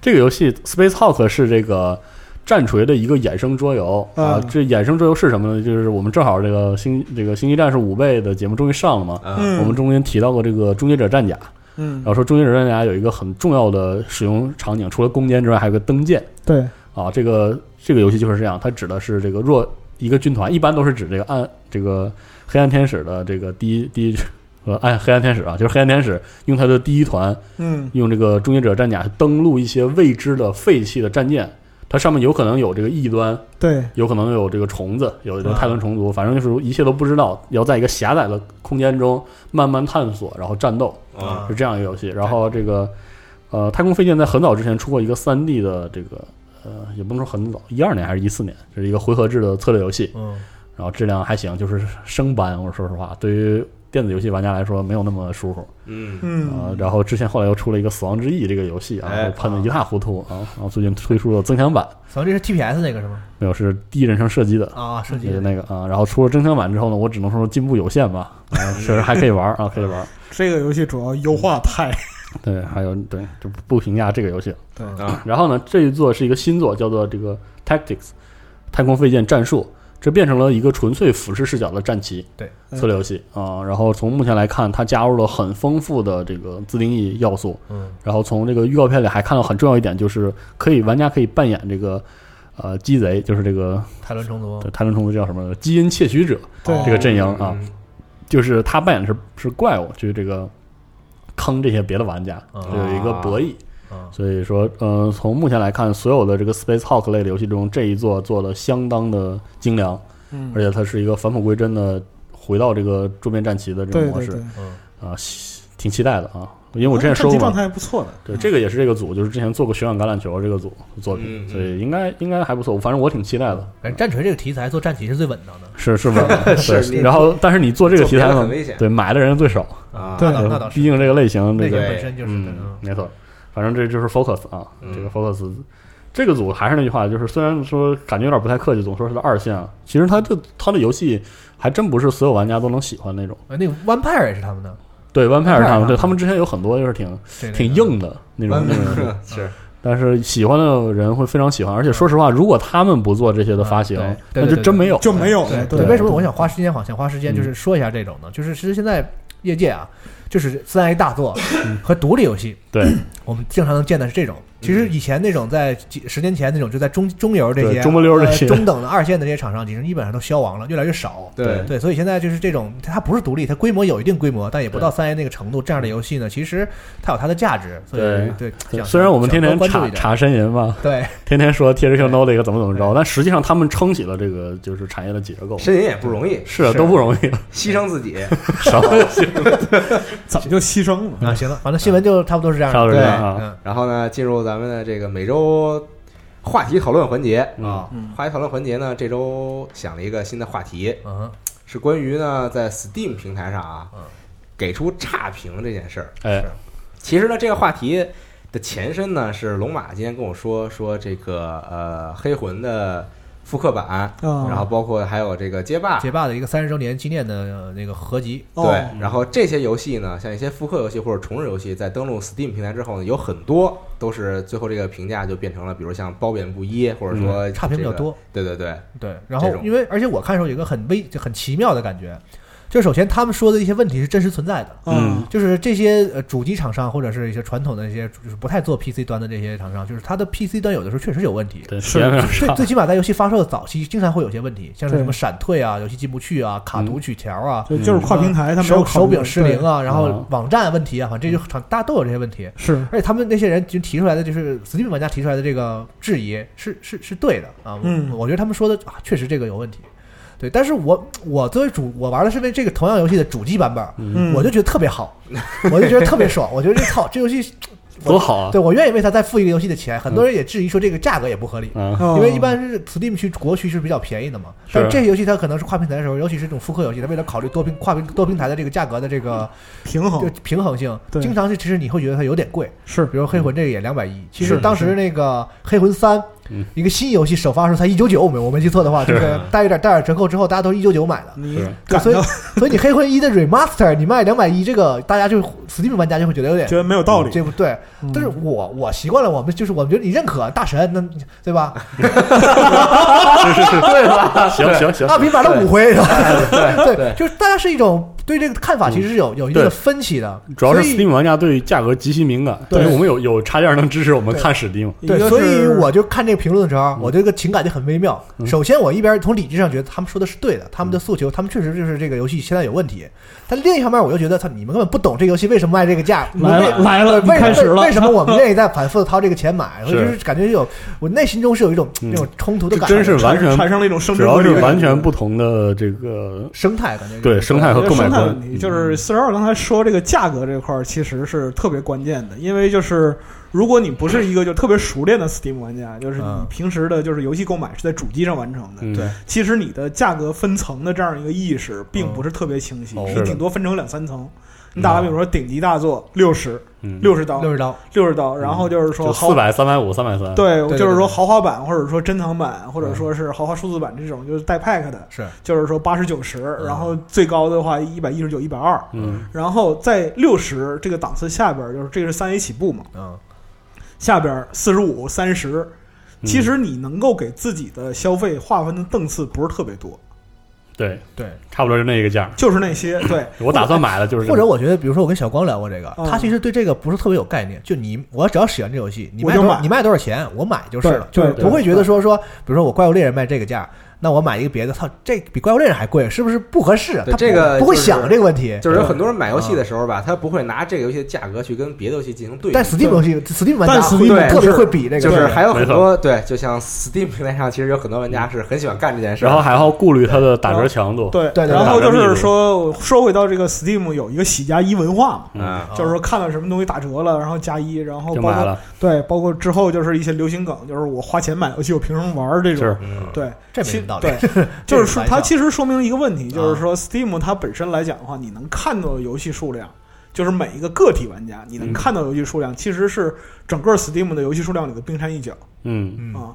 这个游戏 Space Hawk 是这个战锤的一个衍生桌游啊
嗯，
这衍生桌游是什么呢？就是我们正好这个星这个星际战士五倍的节目终于上了嘛，
嗯，
嗯，
我们中间提到过这个终结者战甲，
嗯
然，后说终结者战甲有一个很重要的使用场景，除了攻坚之外，还有个登舰
对，
啊。这个这个游戏就是这样，它指的是这个若一个军团，一般都是指这个暗这个黑暗天使的这个第一第一呃暗黑暗天使啊，就是黑暗天使用它的第一团
嗯，
用这个终结者战甲登陆一些未知的废弃的战舰，它上面有可能有这个异端，
对，
有可能有这个虫子，有这个泰伦虫族，反正就是一切都不知道，要在一个狭窄的空间中慢慢探索，然后战斗。
啊
是这样一个游戏。然后这个呃，太空飞剑在很早之前出过一个三 D 的这个呃，也不能说很早，一二年还是一四年，这是一个回合制的策略游戏，
嗯，
然后质量还行，就是生搬。我说实话，对于电子游戏玩家来说没有那么舒服。
嗯，
啊
嗯，，
然后之前后来又出了一个《死亡之翼》这个游戏啊，
哎
被喷的一塌糊涂啊，然后最近推出了增强版，
反正这是 TPS 那个是吗？
没有是第一人称射击的，
啊，设计
也是
的
那个啊，然后出了增强版之后呢，我只能说进步有限吧，啊，确实还可以玩啊，可 以玩，
这个游戏主要优化太
对，还有对就不不评价这个游戏，
对
啊
然后呢，这一座是一个新作，叫做这个 Tactics，太空飞舰战术，这变成了一个纯粹俯视视角的战棋
对
嗯
策略游戏啊、然后从目前来看，它加入了很丰富的这个自定义要素。
嗯，
然后从这个预告片里还看到很重要一点，就是可以玩家可以扮演这个呃鸡贼，就是这个
泰伦哦虫族，
泰伦虫子叫什么基因窃取者
对
这个阵营啊，
嗯
就是他扮演的是是怪物，就是这个坑这些别的玩家，
啊
就有一个博弈。
啊，
所以说，呃，从目前来看，所有的这个 Space Hawk 类的游戏中，这一座做的相当的精良，
嗯
而且它是一个返璞归真的回到这个桌面战棋的这种
对
模
对
式
对，哎
嗯，
啊，希挺期待的啊。因为我之前说
战绩
过嘛，
状态还不错的，
对，这个也是这个组，就是之前做过《血染橄榄球》这个组的作
嗯
品，
嗯
所以应该应该还不错，反正我挺期待的，
反正战锤这个题材做战棋是最稳当的
是是 吧？对
是你
然后，但是你做这个题材
做别的
呢
很危险，
对，买的人最少，
啊，
对
那倒那倒
毕
是，
竟这个类型，这
那
个
个
对
本身就是的
嗯
嗯，
没错，反正这就是 focus 啊，
嗯
这个 focus，这个组还是那句话，就是虽然说感觉有点不太客气，总说是个二线，啊，其实它这它的游戏还真不是所有玩家都能喜欢那种。
呃那个 One Pair 也是他们的，
对 o n
是
他们，
啊
吧
对他们之前有很多就是挺
对
挺，硬的那种那种，
是
但是喜欢的人会非常喜欢。而且说实话，如果他们不做这些的发行
嗯，对
那
对
就
对
真没有
就没有
那
了。
个对
对，
为什么我想花时间，好想花时间，
嗯
就是说一下这种呢？就是其实现在业界啊，就是三 A 大作和独立游戏，
嗯对
我们经常能见的是这种。其实以前那种在几十年前那种就在中中游这些
对中不溜儿这些
呃中等的二线的这些厂商，其实基本上都消亡了，越来越少。
对
对，所以现在就是这种，它不是独立，它规模有一定规模，但也不
对
到三 A 那个程度。这样的游戏呢，其实它有它的价值。所以对
对。
想
虽然我们天天
想多关注
查
一点
查呻吟吧，
对
天天说 T H Q No 的一个怎么怎么着，
对
但实际上他们撑起了这个就是产业的结构。
呻吟也不容易，
啊
是啊都不容易，
牺牲自己，
什 么游戏
怎么就牺牲了？
啊，行了，反正新闻就差不多是这样的，
差不多
这
样啊
嗯
然后呢，进入咱们的这个每周话题讨论环节。
啊？
嗯
话题讨论环节呢，这周想了一个新的话题，
嗯
是关于呢在 Steam 平台上啊
嗯，
给出差评这件事儿。
哎，
啊
其实呢，这个话题的前身呢是龙马今天跟我说说这个呃黑魂的复刻版，
嗯
然后包括还有这个街霸，
街霸的一个三十周年纪念的呃那个合集，
对
哦，，
然后这些游戏呢，像一些复刻游戏或者重置游戏，在登录 Steam 平台之后呢，有很多都是最后这个评价就变成了，比如像褒贬不一，或者说、
嗯差评比较多。
这个。对对对，
对，然
这
后
种
因为而且我看的时候有一个很微就很奇妙的感觉，就首先他们说的一些问题是真实存在的，
嗯
就是这些呃主机厂商或者是一些传统的一些就是不太做 PC 端的这些厂商，就是它的 PC 端有的时候确实有问题。
对，
是
体验非常
最
差
最起码在游戏发售的早期，经常会有些问题，像是
对
什么闪退啊、游戏进不去啊、卡读取条啊、
就就是跨平台，他没有
手
考
手
虑
柄失灵，啊，然后
嗯
网站问题啊，反正这就厂大家都有这些问题。
对是
而且他们那些人就提出来的，就是 Steam 玩家提出来的这个质疑是是是对的啊。我
嗯
我觉得他们说的啊，确实这个有问题。对，但是我我作为主，我玩的是为这个同样游戏的主机版本，
嗯，
我就觉得特别好，我就觉得特别爽，我觉得这操这游戏，
多好啊！
对我愿意为它再付一个游戏的钱。很多人也质疑说这个价格也不合理，
啊，
哦
因为一般是 Steam 区国区是比较便宜的嘛，
是
但这些游戏它可能是跨平台的时候，尤其是这种复刻游戏，它为了考虑多平跨平多平台的这个价格的这个
平
就
衡
平衡性，
哦对
经常是其实你会觉得它有点贵。
是嗯
比如黑魂这个也两百一，其
是
实
是
当时那个黑魂三
嗯，
一个新游戏首发的时候才一九九，我没我没记错的话，
是
这个带有点带点折扣之后，大家都一九九买的。
你
是
对
感
所以
到，
所以你黑魂一的 remaster 你卖两百一，这个大家就 Steam 玩家就会觉得有点
觉得没有道理，
这不对。
嗯
但是我我习惯了，我们就是我们觉得你认可啊大神，那对吧？
是是是，对吧？行行行，
大平买了五回，是吧
对
对，就是大家是一种对这个看法其实是有有一定的
对
分歧的，
主要是
所以
Steam 玩家对价格极其敏感，
对
因为我们有有插件能支持我们
对
看 Steam，
一
对，
个
所以
是
我就看这个评论的时候，啊我这个情感就很微妙。
嗯
首先，我一边从理智上觉得他们说的是对的，他们的诉求，他们确实就是这个游戏现在有问题。但另一方面，我又觉得，操，你们根本不懂这个游戏为什么卖这个价，
来了
为
来了
为
开始了
为为什么我们愿意再反复的掏这个钱买？我
是
就是感觉有，我内心中是有一种
嗯
那种冲突的
这
感觉，
真是完全
产生了一种生
主
殖
要
隔
是
离的
完
感觉
全不同的这个
生态感觉。
对生态和购买嗯
生态
观
问题，就是四十二刚才说这个价格这块儿其实是特别关键的，因为就是如果你不是一个就特别熟练的 Steam 玩家，就是你
嗯
平时的就是游戏购买是在主机上完成的，
嗯
对
其实你的价格分层的这样一个意识并不是特别清晰，
哦
嗯
你
是的
顶多分成两三层。你打个比如说顶级大作六十
嗯，
六十刀
六十刀，
六十刀，然后就是说
就
豪
四百、三百五、三百三，
对，
对
就是
对
说
对
豪华版或者说珍藏版
嗯
或者说是豪华数字版这种就是带 pack 的，
是
就是说八十九十，然后最高的话一百一十九一百二，
嗯，
然后在六十这个档次下边儿就是这个是三 A 起步嘛，
嗯，
下边四十五、三十，
嗯
其实你能够给自己的消费划分的档次不是特别多，
对，
对。
差不多是那个价。
就是那些对，
我打算买的就是这
或
个
者我觉得，比如说我跟小光聊过这个，
嗯
他其实对这个不是特别有概念。就你，我只要喜欢这游戏，你
我
卖
就
多少
买
你卖多少钱，我买就是了，
对
就是
对
不会觉
对
得说说，比如说我怪物猎人卖这个价，那我买一个别的，操，这比怪物猎人还贵，是不是不合适？啊
对
他不
这个
不会
就是
想这个问题。
就是有很多人买游
嗯
戏的时候吧，他不会拿这个游戏的价格去跟别的游戏进行对比
但，Steam 游戏，Steam 玩
但
家
Steam
会特别
是
会比这个，
就是
对
还有很
没错
多对，就像 Steam 平台上，其实有很多玩家是很喜欢干这件事儿。
然后还要顾虑它的打折强度。
对
对对
然后就是说说回到这个 Steam 有一个喜加一文化嘛。
嗯，
啊
就是说看到什么东西打折了，然后加一，然后
就
包
买
括
了，
对，包括之后就是一些流行梗，就是我花钱买游戏，我凭什么玩儿这种
是？
嗯，
对，
这没
其
什么道理。
对，就是
是
说
玩
它
笑啊
其实说明一个问题，就是说 Steam 它本身来讲的话，你能看到的游戏数量，就是每一个个体玩家你能
嗯
看到的游戏数量，其实是整个 Steam 的游戏数量里的冰山一角
嗯，
嗯
啊。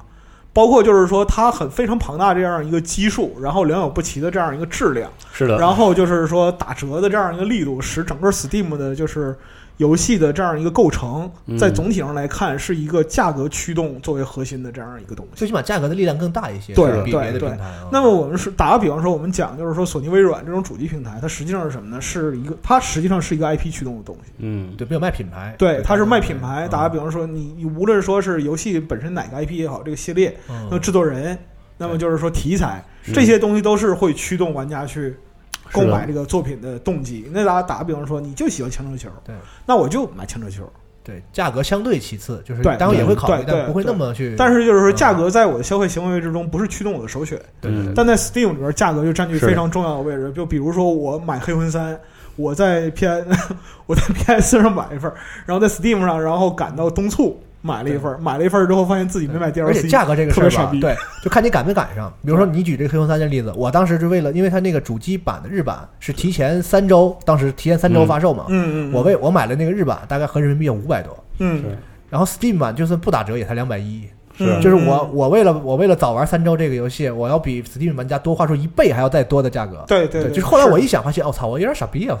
包括就是说，它很非常庞大这样一个基数，然后良莠不齐的这样一个质量，
是的，
然后就是说打折的这样一个力度，使整个 Steam 的就是游戏的这样一个构成，
嗯
在总体上来看是一个价格驱动作为核心的这样一个东西。
最起码价格的力量更大一些，
对
是比
对
别的
对
平台啊。
那么我们是打个比方说，我们讲就是说索尼、微软这种主机平台，它实际上是什么呢？是一个它实际上是一个 IP 驱动的东西。
嗯，
对没有卖品牌，
对，它是卖品牌。
嗯
打个比方说，你你无论说是游戏本身哪个 IP 也好，这个系列，
嗯
那么制作人，那么就是说题材，
嗯
这些东西都是会驱动玩家去
是
购
的
买这个作品的动机。那打打个比方说，你就喜欢枪车球，
对，
那我就买枪车球。
对，价格相对其次，就是
对
当然也会考虑
对，对
但不会那么去。
但是就是说，价
嗯
格在我的消费行为之中不是驱动我的首选。
对对对，
但在 Steam 里边，价格就占据
是
非常重要的位置。就比如说，我买《黑魂三》，我在 PS 我在 PS 上买一份儿，然后在 Steam 上，然后赶到东促买了一份儿，买了一份儿之后发现自己没买
而且
DLC，
价格这个
特
事
别
儿
傻
吧
逼，
对，就看你赶没赶上。比如说，你举这个《黑魂三》这例子，我当时是为了，因为它那个主机版的日版是提前三周，当时提前三周
嗯
发售嘛，
嗯嗯，
我为我买了那个日版，大概合人民币五百多，
嗯
是
然后 Steam 版就算不打折也才两百一，
啊
嗯
就是我我为了我为了早玩三周这个游戏，我要比 Steam 玩家多花出一倍还要再多的价格。
对对，
就是后来我一想，发现我哦操，我有点傻逼啊！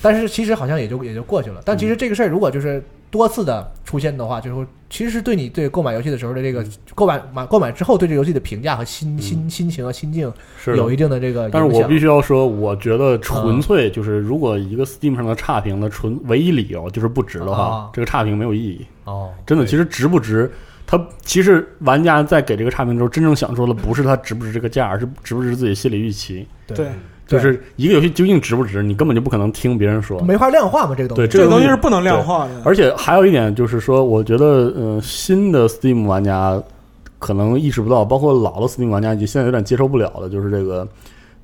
但是其实好像也就也就过去了。但其实这个事儿如果就是多次的出现的话，就是说其实是对你对购买游戏的时候的这个购买买购买之后对这个游戏的评价和心心心情和心境
是的
有一定的这个影
但
响。
是我必须要说，我觉得纯粹就是，如果一个 Steam 上的差评的纯唯一理由就是不值的话
啊，
这个差评没有意义。
哦，
真的，
对
其实值不值，它其实玩家在给这个差评的时候，真正想说的不是它值不值这个价，而是值不值自己心理预期。
对
就
对
是一个游戏究竟值不值，你根本就不可能听别人说。
没法量化嘛，这个东
对
西。
这个东西
这个东西
是不能量化的，
而且还有一点就是说，我觉得，呃，新的 Steam 玩家可能意识不到，包括老的 Steam 玩家，也现在有点接受不了的，就是这个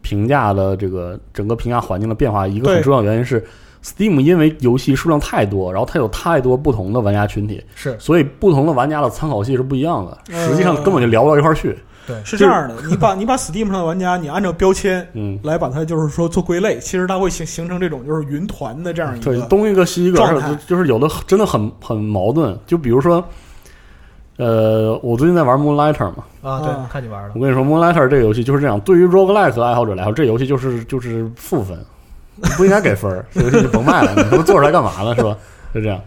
评价的这个整个评价环境的变化。一个
对
很重要原因是，Steam 因为游戏数量太多，然后它有太多不同的玩家群体，
是
所以不同的玩家的参考系是不一样的，
嗯
实际上根本就聊不到一块儿去。
是这样的，你把你把 Steam 上的玩家，你按照标签。
嗯，
来把它就是说做归类，其实它会形形成这种就是云团的这样一
对，
个
东一个西一个，
状
而
态
且就是有的真的很很矛盾。就比如说，呃，我最近在玩 Moonlighter 嘛。
啊，
嗯
对，看你玩了
我。跟你说，Moonlighter 这个游戏就是这样。对于 roguelike 爱好者来说，这游戏就是就是负分，你不应该给分儿，这游戏就甭卖了，你他妈做出来干嘛呢？是吧？就这样。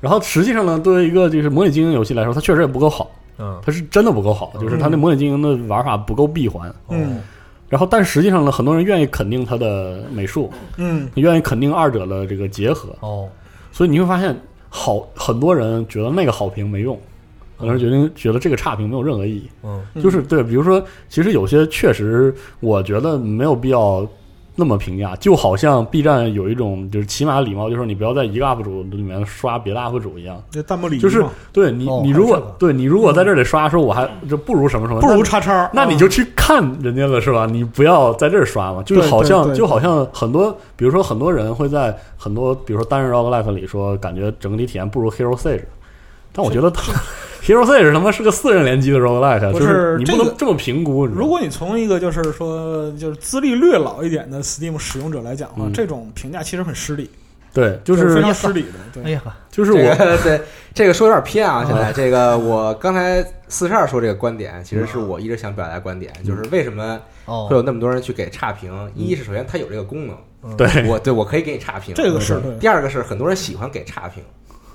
然后实际上呢，对于一个就是模拟经营游戏来说，它确实也不够好，
嗯，
它是真的不够好，就是它那模拟经营的玩法不够闭环。
嗯
然后，但实际上呢，很多人愿意肯定它的美术，
嗯
愿意肯定二者的这个结合，
哦，
所以你会发现，好很多人觉得那个好评没用，很多人决定觉得这个差评没有任何意义。
嗯，
嗯
就是对，比如说，其实有些确实，我觉得没有必要那么评价，就好像 B 站有一种就是起码礼貌，就是你不要在一个 UP 主里面刷别的 UP 主一样。
这弹幕里
就是对你，
哦
你
还
如
有这
果
个
对你如果在这里刷说我还就不如什么什么，
不如
那
叉叉，
那你
啊
就去看人家了是吧？你不要在这儿刷嘛，就是
对
好
对
像
对
就好像很多，比如说很多人会在很多比如说单人 roguelike 里说，感觉整体体验不如 Hero Sage。但我觉得它 Hero Six 他妈是个四人联机的 roguelike，
不
就是你
这
不
个
能这么评估。你知道吗
如果你从一个就是说就是资历略老一点的 Steam 使用者来讲的话，
嗯
这种评价其实很失礼，
对，就
非
是
常失礼的。
哎
对，
呀呵，
就是
这
我
个 对这个说有点偏
哦
啊，现在这个我刚才四十二说这个观点，其实
嗯
是我一直想表达的观点，就是为什么会有
哦，
那么多人去给差评？一是首先它有这个功能，
嗯对
我对我可以给你差评，
嗯这个是
嗯
对。
第二个是很多人喜欢给差评，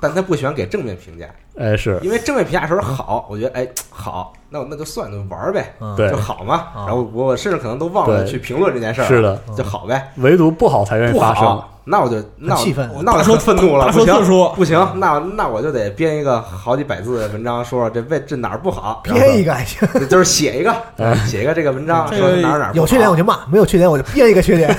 但他不喜欢给正面评价，
哎是
因为正面评价的时候好，我觉得哎好，那我那就算了，玩儿呗，
嗯
对啊
就好嘛。
哦
然后我我甚至可能都忘了
对
去评论这件事儿，
是，的，
就好呗。
唯独不好才愿意
不
发生。
好，那我就那我
气愤
那我就愤怒了，
大
不
说特
行
说
不行，那那我就得编一个好几百字的文章，说说这为这哪儿不好，
编一个还行，
个，就是写一 个
哎
写一个这个文章，
这
说
个
哪儿哪儿不好
有缺点我就骂，没有缺点我就编一个缺点。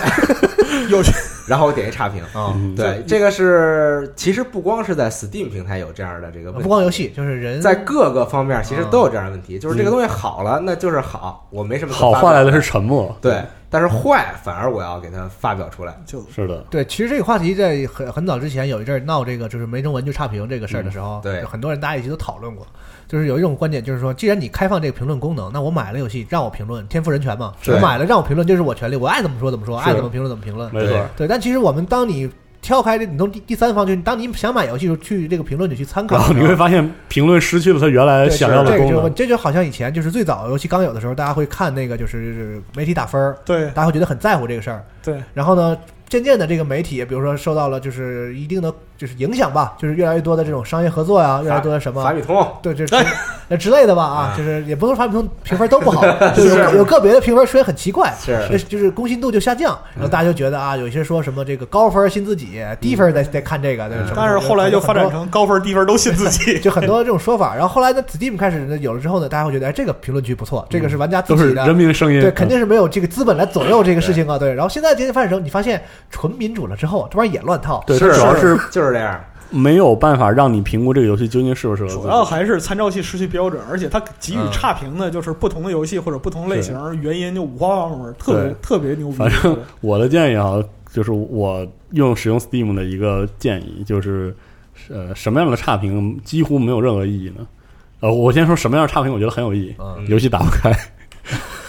有些
然后我点一差评。
啊，
嗯
对，这个是其实不光是在 Steam 平台有这样的这个问题，
不光游戏，就是人
在各个方面其实都有这样的问题，就是这个东西好了，那就是好，我没什么可
嗯好
发
换来
表
的是沉默。
对，但是坏反而我要给它发表出来。
就是
的，
对，其实这个话题在很很早之前有一阵儿闹这个就是没中文就差评这个事儿的时
嗯
候，
对
就很多人大家一起都讨论过。就是有一种观点，就是说，既然你开放这个评论功能，那我买了游戏让我评论，天赋人权嘛，
是
我买了让我评论就是我权利，我爱怎么说怎么说，爱怎么评论怎么评论。
没错儿，
对，但其实我们当你挑开这，你从第第三方，就是当你想买游戏的时候去这个评论里去参考
然
的时
后
候，
啊你会发现评论失去了它原来
对
想
是
要的
这个
功
就
能。
这就好像以前就是最早游戏刚有的时候，大家会看那个就是媒体打分儿，
对
大家会觉得很在乎这个事儿。
对，
然后呢，渐渐的这个媒体，比如说受到了就是一定的就是影响吧，就是越来越多的这种商业合作呀，越来越多的什
法
么。
米通，
对，就是那之类的吧
啊
啊，就是也不是说法评评分都不好，就是有有个别的评分虽然很奇怪，
是
呃就是就是公信度就下降，然后大家就觉得啊，有些说什么这个高分信自己，低分再再看这个，对
嗯
什么
但是后来就发展
很多
成高分低分都信 自己。
就很多这种说法。然后后来呢，Steam 开始呢有了之后呢，大家会觉得，哎，这个评论区不错，这个是玩家自
都是
己
人
的。
民的 声音，嗯
对，肯定是没有这个资本来左右这个事情啊。对，然后现在渐渐发展成，你发现纯民主了之后，这玩意儿也乱套。
对，它
是
主要是
就是这样。
没有办法让你评估这个游戏究竟适不适合自己。
主要还是参照系失去标准，而且它给予差评的就是不同的游戏或者不同类型，原因就五花八门，特别
对
特别牛逼。
反正我的建议啊，就是我用使用 Steam 的一个建议，就是呃，什么样的差评几乎没有任何意义呢？呃，我先说什么样的差评，我觉得很有意义。
嗯，
游戏打不开，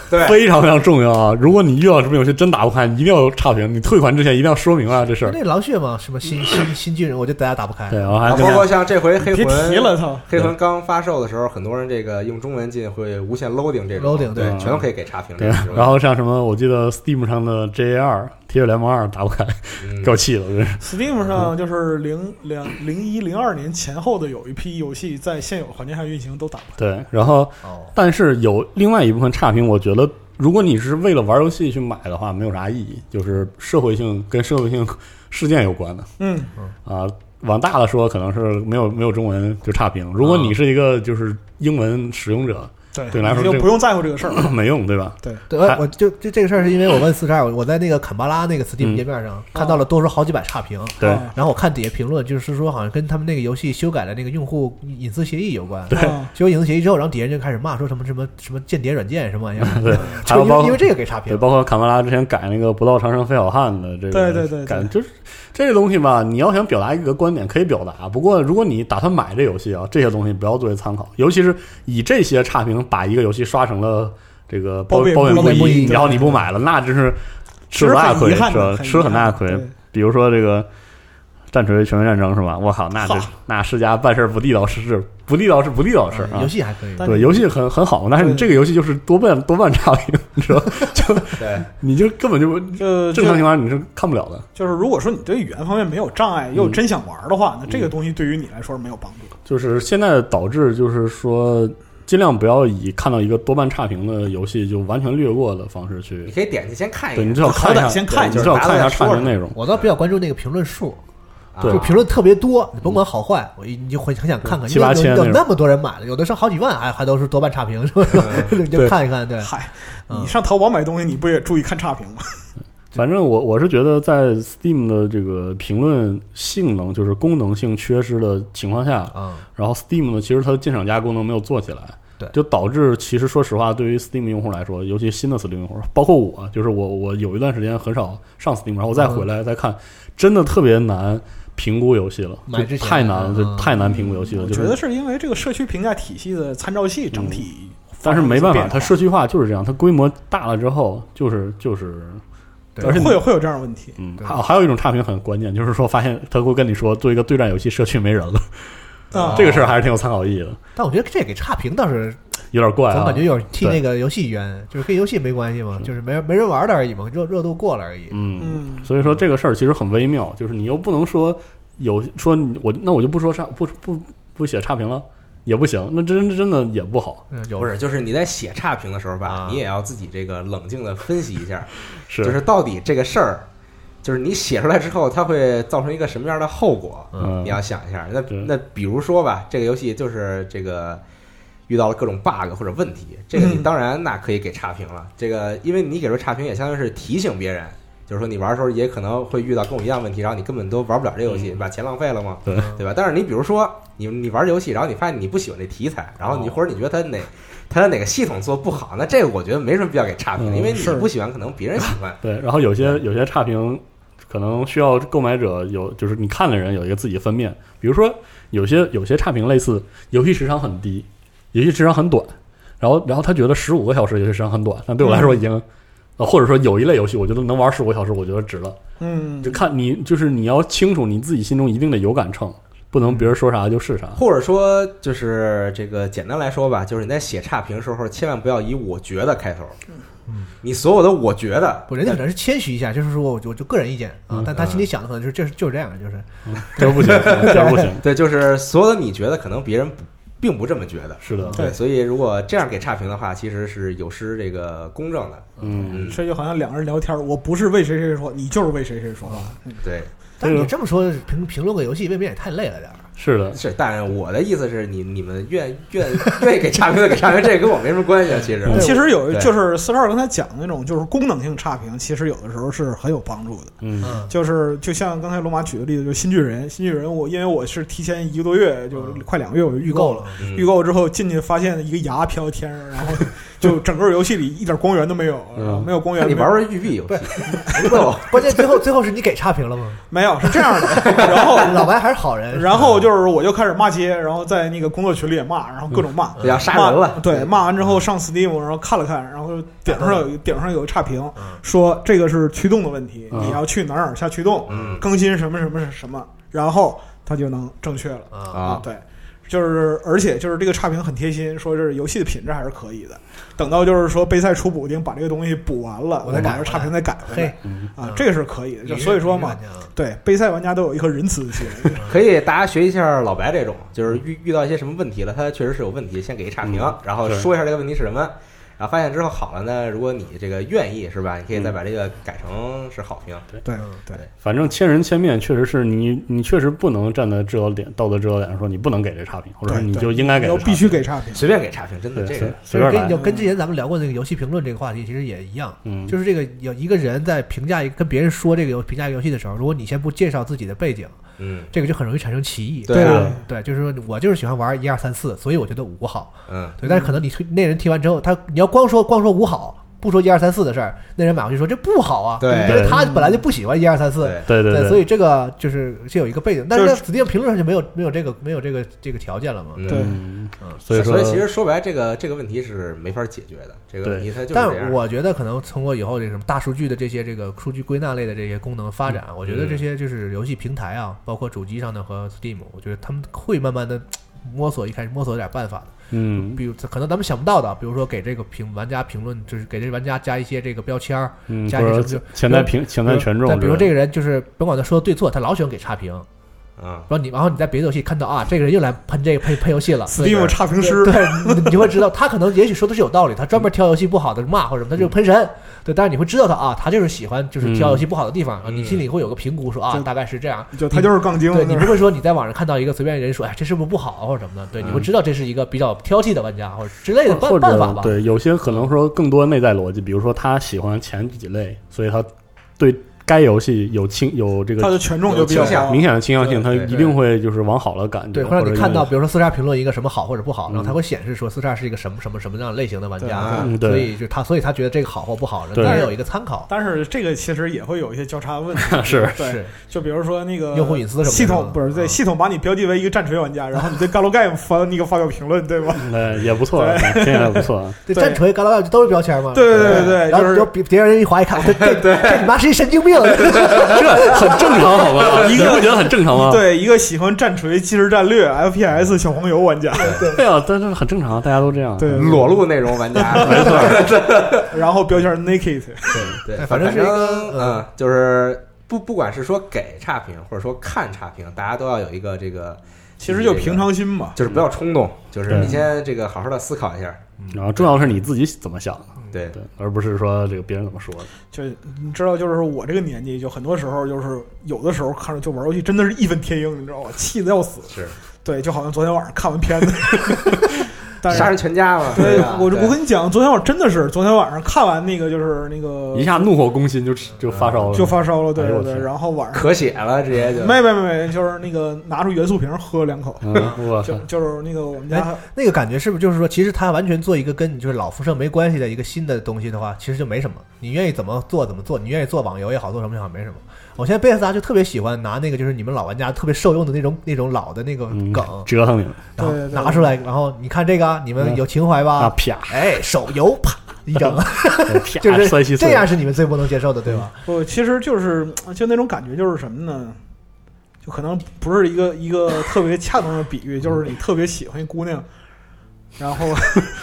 对，
非常非常重要啊！如果你遇到什么游戏真打不开，你一定要有差评，你退款之前一定要说明啊这事儿。
那狼血嘛，什么 新新新巨人，我就大家打不开
对，。然后还
啊
跟
包括像这回黑
别
魂
提了，操！
黑魂刚发售的时候，很多人这个用中文进会无限 loading 这种
loading，
对
对，
全都可以给差评。
对
这种，
然后像什么，我记得 Steam 上的 J A 二《铁血联盟二》打不开，
嗯
给我气的，真是。
Steam 上就是零两零一零二年前后的有一批游戏在现有环境下运行都打不
对，然后
哦，
但是有另外一部分差评，我觉得如果你是为了玩游戏去买的话，没有啥意义，就是社会性跟社会性事件有关的
嗯，
啊。往大了说，可能是没有没有中文就差评。如果你是一个就是英文使用者，
对
对来说
你就
这个
不用在乎这个事儿。
没用，对吧？
对，我
还
我就就这个事儿是因为我问四十二，我在那个坎巴拉那个 Steam
嗯
页面上看到了多出好几百差评，
对
啊
然后我看底下评论，就是说好像跟他们那个游戏修改了那个用户隐私协议有关。
啊
修隐私协议之后，然后底下人就开始骂说什么什么什么间谍软件什么玩 意儿，
对，还
就
有
因
包
为因
括
为这个给差
对，
评。
包括卡梅拉之前改那个“不到长城非好汉”的这个，
对对对对
改就是这个东西吧，你要想表达一个观点可以表达，不过如果你打算买这游戏啊，这些东西不要作为参考，尤其是以这些差评把一个游戏刷成了这个褒
褒贬
褒贬
不
不
一
一，
对
然后你不买了，那真是吃
其实
了大
很
亏，
遗憾
是
的
吧？吃了很
遗憾
大
的
亏
对。
比如说这个战锤全面战争是吧？我靠，那这
哈
那世嘉办事儿不地道是是不地道是不地道事儿啊
嗯游。戏还可以，
但
对，游戏很很好，但是你
嗯对
这个游戏就是多半多半差评，你知道吗？
对，
你就根本就
就
正常情
就
况下你是看不了的。
就是，如果说你对语言方面没有障碍，
嗯
又真想玩的话，那这个东西对于你来说是没有帮助的。
就是现在导致就是说，尽量不要以看到一个多半差评的游戏就完全略过的方式
你
去，
可以点进去先看一
对你
眼，
至少看一
哎
下，
好歹先看
对
一
下
你至少看一
大
下
家说
差
什么
评内容。
我倒比较关注那个评论数，
啊
对
就评论特别多，你甭管好坏，我一你就会很想看看，
嗯七八千
因为有
那种
有那么多人买了，有的是好几万，还还都是多半差评，是 吧？你就
对
看一看， 对，
嗨，
嗯
你上淘宝买东西，你不也注意看差评吗？
反正我我是觉得，在 Steam 的这个评论性能就是功能性缺失的情况下，
嗯，
然后 Steam 呢，其实它的鉴赏加功能没有做起来，
对
就导致其实说实话，对于 Steam 用户来说，尤其新的 Steam 用户，包括
嗯
我，就是我，我有一段时间很少上 Steam，然后我再回来再看，真的特别难评估游戏了，
买
就
之前
太难了，
嗯
就太难评估游戏了。
我
就
觉
是嗯
得是因为这个社区评价体系的参照系整体发
但是
生了
没
一些变化，
办法，它社区化就是这样，它规模大了之后，就是就是，
对
而且你
会有会有这样的问题。
嗯，
对
还有还有一种差评很关键，就是说发现他会跟你说做一个对战游戏，社区没人了，
啊
这个事儿还是挺有参考意义的，
但我觉得这给差评倒是，
有点怪
总
啊。
感觉有点替
对
那个游戏冤，就是跟游戏没关系嘛，就是没人没人玩的而已嘛，热热度过了而已。
嗯，
嗯，
所以说这个事儿其实很微妙，就是你又不能说有说你我那我就不说差不不不写差评了，也不行，那真真的也不好，
嗯，有
不是，就是你在写差评的时候吧
啊，
你也要自己这个冷静的分析一下，
是
就是到底这个事儿，就是你写出来之后，它会造成一个什么样的后果？
嗯
你要想一下。那
对
那比如说吧，这个游戏就是这个遇到了各种 bug 或者问题，这个你
嗯
当然那可以给差评了。这个因为你给出差评也相当于是提醒别人，就是说你玩的时候也可能会遇到跟我一样问题，然后你根本都玩不了这游戏，
嗯
你把钱浪费了嘛，
对
对吧？但是你比如说你你玩游戏，然后你发现你不喜欢这题材，然后你
哦
或者你觉得它哪。它的哪个系统做不好？那这个我觉得没什么必要给差评，
嗯
因为你
是
不喜欢，可能别人喜欢。
对，然后有些有些差评可能需要购买者有，就是你看的人有一个自己分辨。比如说有些有些差评类似游戏时长很低，游戏时长很短，然后然后他觉得十五个小时游戏时长很短，但对我来说已经。呃或者说有一类游戏，我觉得能玩十五个小时，我觉得值了。
嗯
就，看你，就是你要清楚你自己心中一定的有杆秤，不能别人说啥就是 啥。
或者说，就是这个简单来说吧，就是你在写差评时候，千万不要以“我觉得”开头。
嗯
你所有的“我觉得
我人家可能是谦虚一下，就是说我就我就个人意见
嗯
啊，但他心里想的可能就是就是就是这样，就是
这嗯不行，这不行。”，
对，就是所有的你觉得，可能别人不并不这么觉得。
是的，
对，所以如果这样给差评的话，其实是有失这个公正的。
嗯，
嗯，
这就好像两个人聊天，我不是为谁谁说，你就是为谁谁说话。
对，
但你这么说评评论个游戏，未免也太累了点儿。
是的，
是。但我的意思是你你们愿愿愿意给差评的给差评，这个跟我没什么关系啊。其实，
对
其实有
对
就是四十二刚才讲的那种就是功能性差评，其实有的时候是很有帮助的。
嗯
嗯，
就是就像刚才罗马举的例子，就是新巨人，新巨人我因为我是提前一个多月，就
嗯
快两个月我就预
预
购
购
了。
了，
嗯
预购之后进去发现一个牙飘天上，然后就整个游戏里一点光源都没有，
嗯
然后没有光源。
你
没有
玩玩育碧游戏， 不够。
关键最后最后是你给差评了吗？
没有是这样的，然后
老白还是好人，
然后就是我就开始骂街，然后在那个工作群里也骂，然后各种骂，
对要杀人了嗯
骂对，骂完之后上 Steam，然后看了看，然后顶上有顶上有个差评
嗯，
说这个是驱动的问题，
嗯
你要去哪儿哪儿下驱动，
嗯
更新什么什么什么，然后它就能正确了。
啊，
啊，
对，就是而且就是这个差评很贴心，说是游戏的品质还是可以的。等到就是说备赛出补丁把这个东西补完了，
我
我
再改
把这差评再改回
嘿
来，
嗯，
啊
嗯，
这个是可以的。就所以说嘛
你。是，你是
对，备赛玩家都有一颗仁慈的心，
嗯
可以，大家学一下老白这种，就是遇遇到一些什么问题了，他确实是有问题，先给一差评，
嗯
然后
是
说一下这个问题是什么，然后发现之后好了呢，如果你这个愿意是吧，你可以再把这个改成是好评。
对
嗯
对，
反正千人千面，确实是你，你确实不能站在制高点、道德制高点上说你不能给这差评，或者说
对
你
对
就应该给这
要
差评，
必须给差评。
随便给差评，真的
对，
这
随
个
其
随
实
便
跟
来
就，跟之前咱们聊过那个游戏评论这个话题，其实也一样，
嗯，
就是这个有一个人在评价一跟别人说这个游评价游戏的时候，如果你先不介绍自己的背景，
嗯
这个就很容易产生歧义。
对
啊
啊，
对，就是说我就是喜欢玩一二三四，所以我觉得五好。
嗯，
对，但是可能你推那人听完之后，他你要光说光说五好，不说一二三四的事儿，那人买回去说这不好啊，
对
因为他本来就不喜欢一二三四。
对，
对对
所以这个就是是有一个背景，但是在
就
Steam 评论上就没有没有这个没有这个这个条件了嘛。
嗯
对
嗯
嗯，
所以说
所以其实说白，这个这个问题是没法解决的，这个问题它就是这
但
样。
我觉得可能通过以后这什么大数据的这些这个数据归纳类的这些功能发展，啊我觉得
嗯
这些就是游戏平台啊，包括主机上的和 Steam，我觉得他们会慢慢的摸索，一开始摸索点办法的。
嗯
比如可能咱们想不到的，比如说给这个评玩家评论，就是给这玩家加一些这个标签儿，
嗯，
加
或
一些
者
什么就
潜在评潜在权重之类
但
的，
比如这个人就是甭管他说的对错，他老喜欢给差评，然
啊，
后你然后你在别的游戏看到啊，这个人又来喷这个喷喷游戏了
Steam 差评师，
对，你你就会知道他可能也许说的是有道理，他
嗯
专门挑游戏不好的骂或者什么，他就是喷神。对，但是你会知道他啊，他就是喜欢就是挑游戏不好的地方，啊
嗯
你心里会有个评估说啊，
就
大概是这样。
就他就是杠精，
对你
就
不
是
会说你在网上看到一个随便人说，哎，这是不是不好啊或者什么的？对，你会知道这是一个比较挑剔的玩家或者之类的
嗯或
办办法
者
吧。
对有些可能说更多内在逻辑，比如说他喜欢前几类，所以他对该游戏有倾有这
它
个
的权重就比较
有倾向
高
明。显的倾向性，它
对对
一定会就是往好了感觉，
对，会让
或
你
者
看到，
用
比如说四叉评论一个什么好或者不好，然后它
嗯
会显示说四叉是一个什么什么什么样类型的玩
对
家
啊，
嗯
所
对
以就他，所以他觉得这个好或不好，让
对
大家有一个参考。
但是这个其实也会有一些交叉问题，
是
对，
是，
就比如说那个
用户隐私什么的
系
是
统
吧
不是对
嗯
系统把你标记为一个战锤玩家，然后你对 g a l g a m 发那个发表评论，对吧？
呃也不错，听起来 不错，啊
对
对
战锤、干拉万都是标签嘛。
对对对
对
对对
然
就
后
是
就别别人一划一 看，这这这你妈是一神经病，啊
这很正常，好吧？你不觉得很正常吗？
对，一个喜欢战锤、即时战略、FPS 小黄油玩家，
对啊，但是很正常，大家都这样。啊
对
裸露内容玩家，
没错，
然后标签 naked，
对，
哎
反正是一个
嗯，就是不不管是说给差评，或者说看差评，大家都要有一个这个，
其实就
这个
平，常心嘛。
就是不要冲动，就是
对
你先这个好好的思考一下，
然后重要的是你自己怎么想的，啊
对，
对，而不是说这个别人怎么说的。
就你知道，就是我这个年纪，就很多时候就是有的时候看着就玩游戏，真的是义愤填膺，你知道吗？气得要死。
是
对，就好像昨天晚上看完片子，但是
杀人全家嘛，
对
吧，
我就
啊对
我跟你讲，昨天晚上真的是，昨天晚上看完那个就是那个
一下怒火攻心就就发烧了，
就发烧了，对
哎呦
对
我
对，
天
然后晚上
咳血了，直接就
没没没没，就是那个拿出元素瓶喝了两口，
嗯，我操
就，就是那个我们家
那个感觉是不是就是说，其实他完全做一个跟你就是老辐射没关系的一个新的东西的话，其实就没什么。你愿意怎么做怎么做，你愿意做网游也好，做什么也好，没什么。我现在贝斯达就特别喜欢拿那个就是你们老玩家特别受用的那种那种老的那个
嗯
梗，
折腾你了
然后
对对对
拿出来，然后你看这个啊，你们有情怀
啊，
吧？
啪
哎，手游啪一整，
啪，
就是
啊摔稀碎嗯
这样是你们最不能接受的，对吧？
不，其实就是就那种感觉，就是什么呢？就可能不是一个一个特别恰当的比喻，就是你特别喜欢一姑娘，然后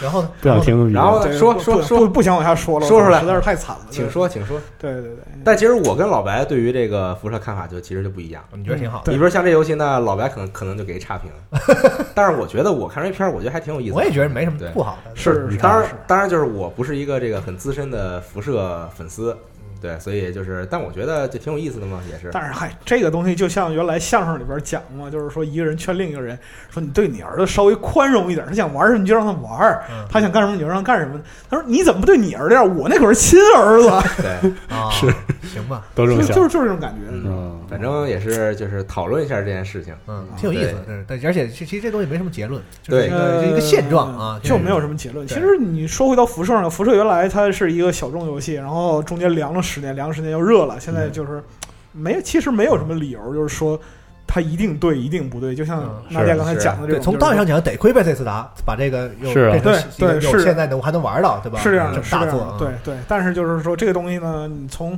然后呢
不想，听。
然后呢
对
说
不
说
不
说
不不想往下说了，
说出来
实在是太惨了，
请
对
说，请说。
对对对，
但其实我跟老白对于这个辐射看法就其实就不一样。
你觉得挺好的。
你比如像这游戏呢，老白可能可能就给差评， 但是我觉得我看这片儿，我觉得还挺有意思的。
我也觉得没什么
对
不好的，
是是
当然
是，
当然就是我不是一个这个很资深的辐射粉丝，对，所以就是，但我觉得就挺有意思的嘛，也是。
但是嗨，这个东西就像原来相声里边讲嘛，就是说一个人劝另一个人说：“你对你儿子稍微宽容一点，他想玩什么你就让他玩儿，
嗯
他想干什么你就让他干什么。”他说：“你怎么不对你儿子呀？我那可是亲儿子。
对，
啊，
是
行吧，
都”这
就
么
是
想
就，是就是这种感觉。
嗯，
反正也是就是讨论一下这件事情。
嗯，挺有意思的，
啊对
嗯但而且其其实这东西没什么结论，就是
对
一个
呃
一个现状啊，
就没有什
么。
么结论。其
对
实你说回到辐射上，辐射原来它是一个小众游戏，然后中间凉了十年，凉了十年又热了，现
嗯
在就是没有，其实没有什么理由，就是说它一定对，一定不对。就像
嗯
娜姐
是
刚才
是
讲的这
对，
种，
从
就是
道义上讲，得亏贝塞斯达把这个又
是啊
变成
对
一个有
对是
现在能还能玩到，对吧？
是这样的，是这
大
样
作
的
啊，，
对对。但是就是说，这个东西呢，你从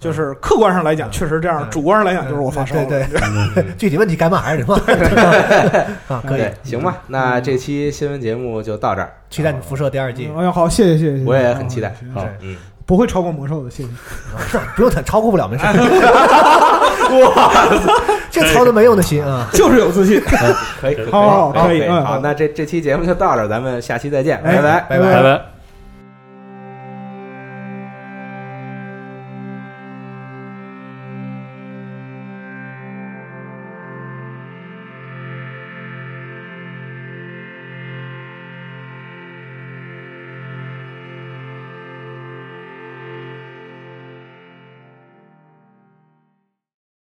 就是客观上来讲，
嗯
确实这样；
嗯
主观上来讲，就是我发烧了。
对对，
嗯
具体问题该骂还是得骂 啊，可以
对，行吧，那这期新闻节目就到这儿，
期待你辐射第二季，
哎呀，好，谢谢谢谢谢谢，
我也很期待
谢谢
好
对
嗯，
不会超过魔兽 的，谢谢。
不用他超过不了， 没事。哇， 这操的没用的心啊！
就是有自信，
可以，可以
好好
好，
可以嗯
好，那这这期节目就到这儿，咱们下期再见，
哎
拜拜。
拜
拜拜。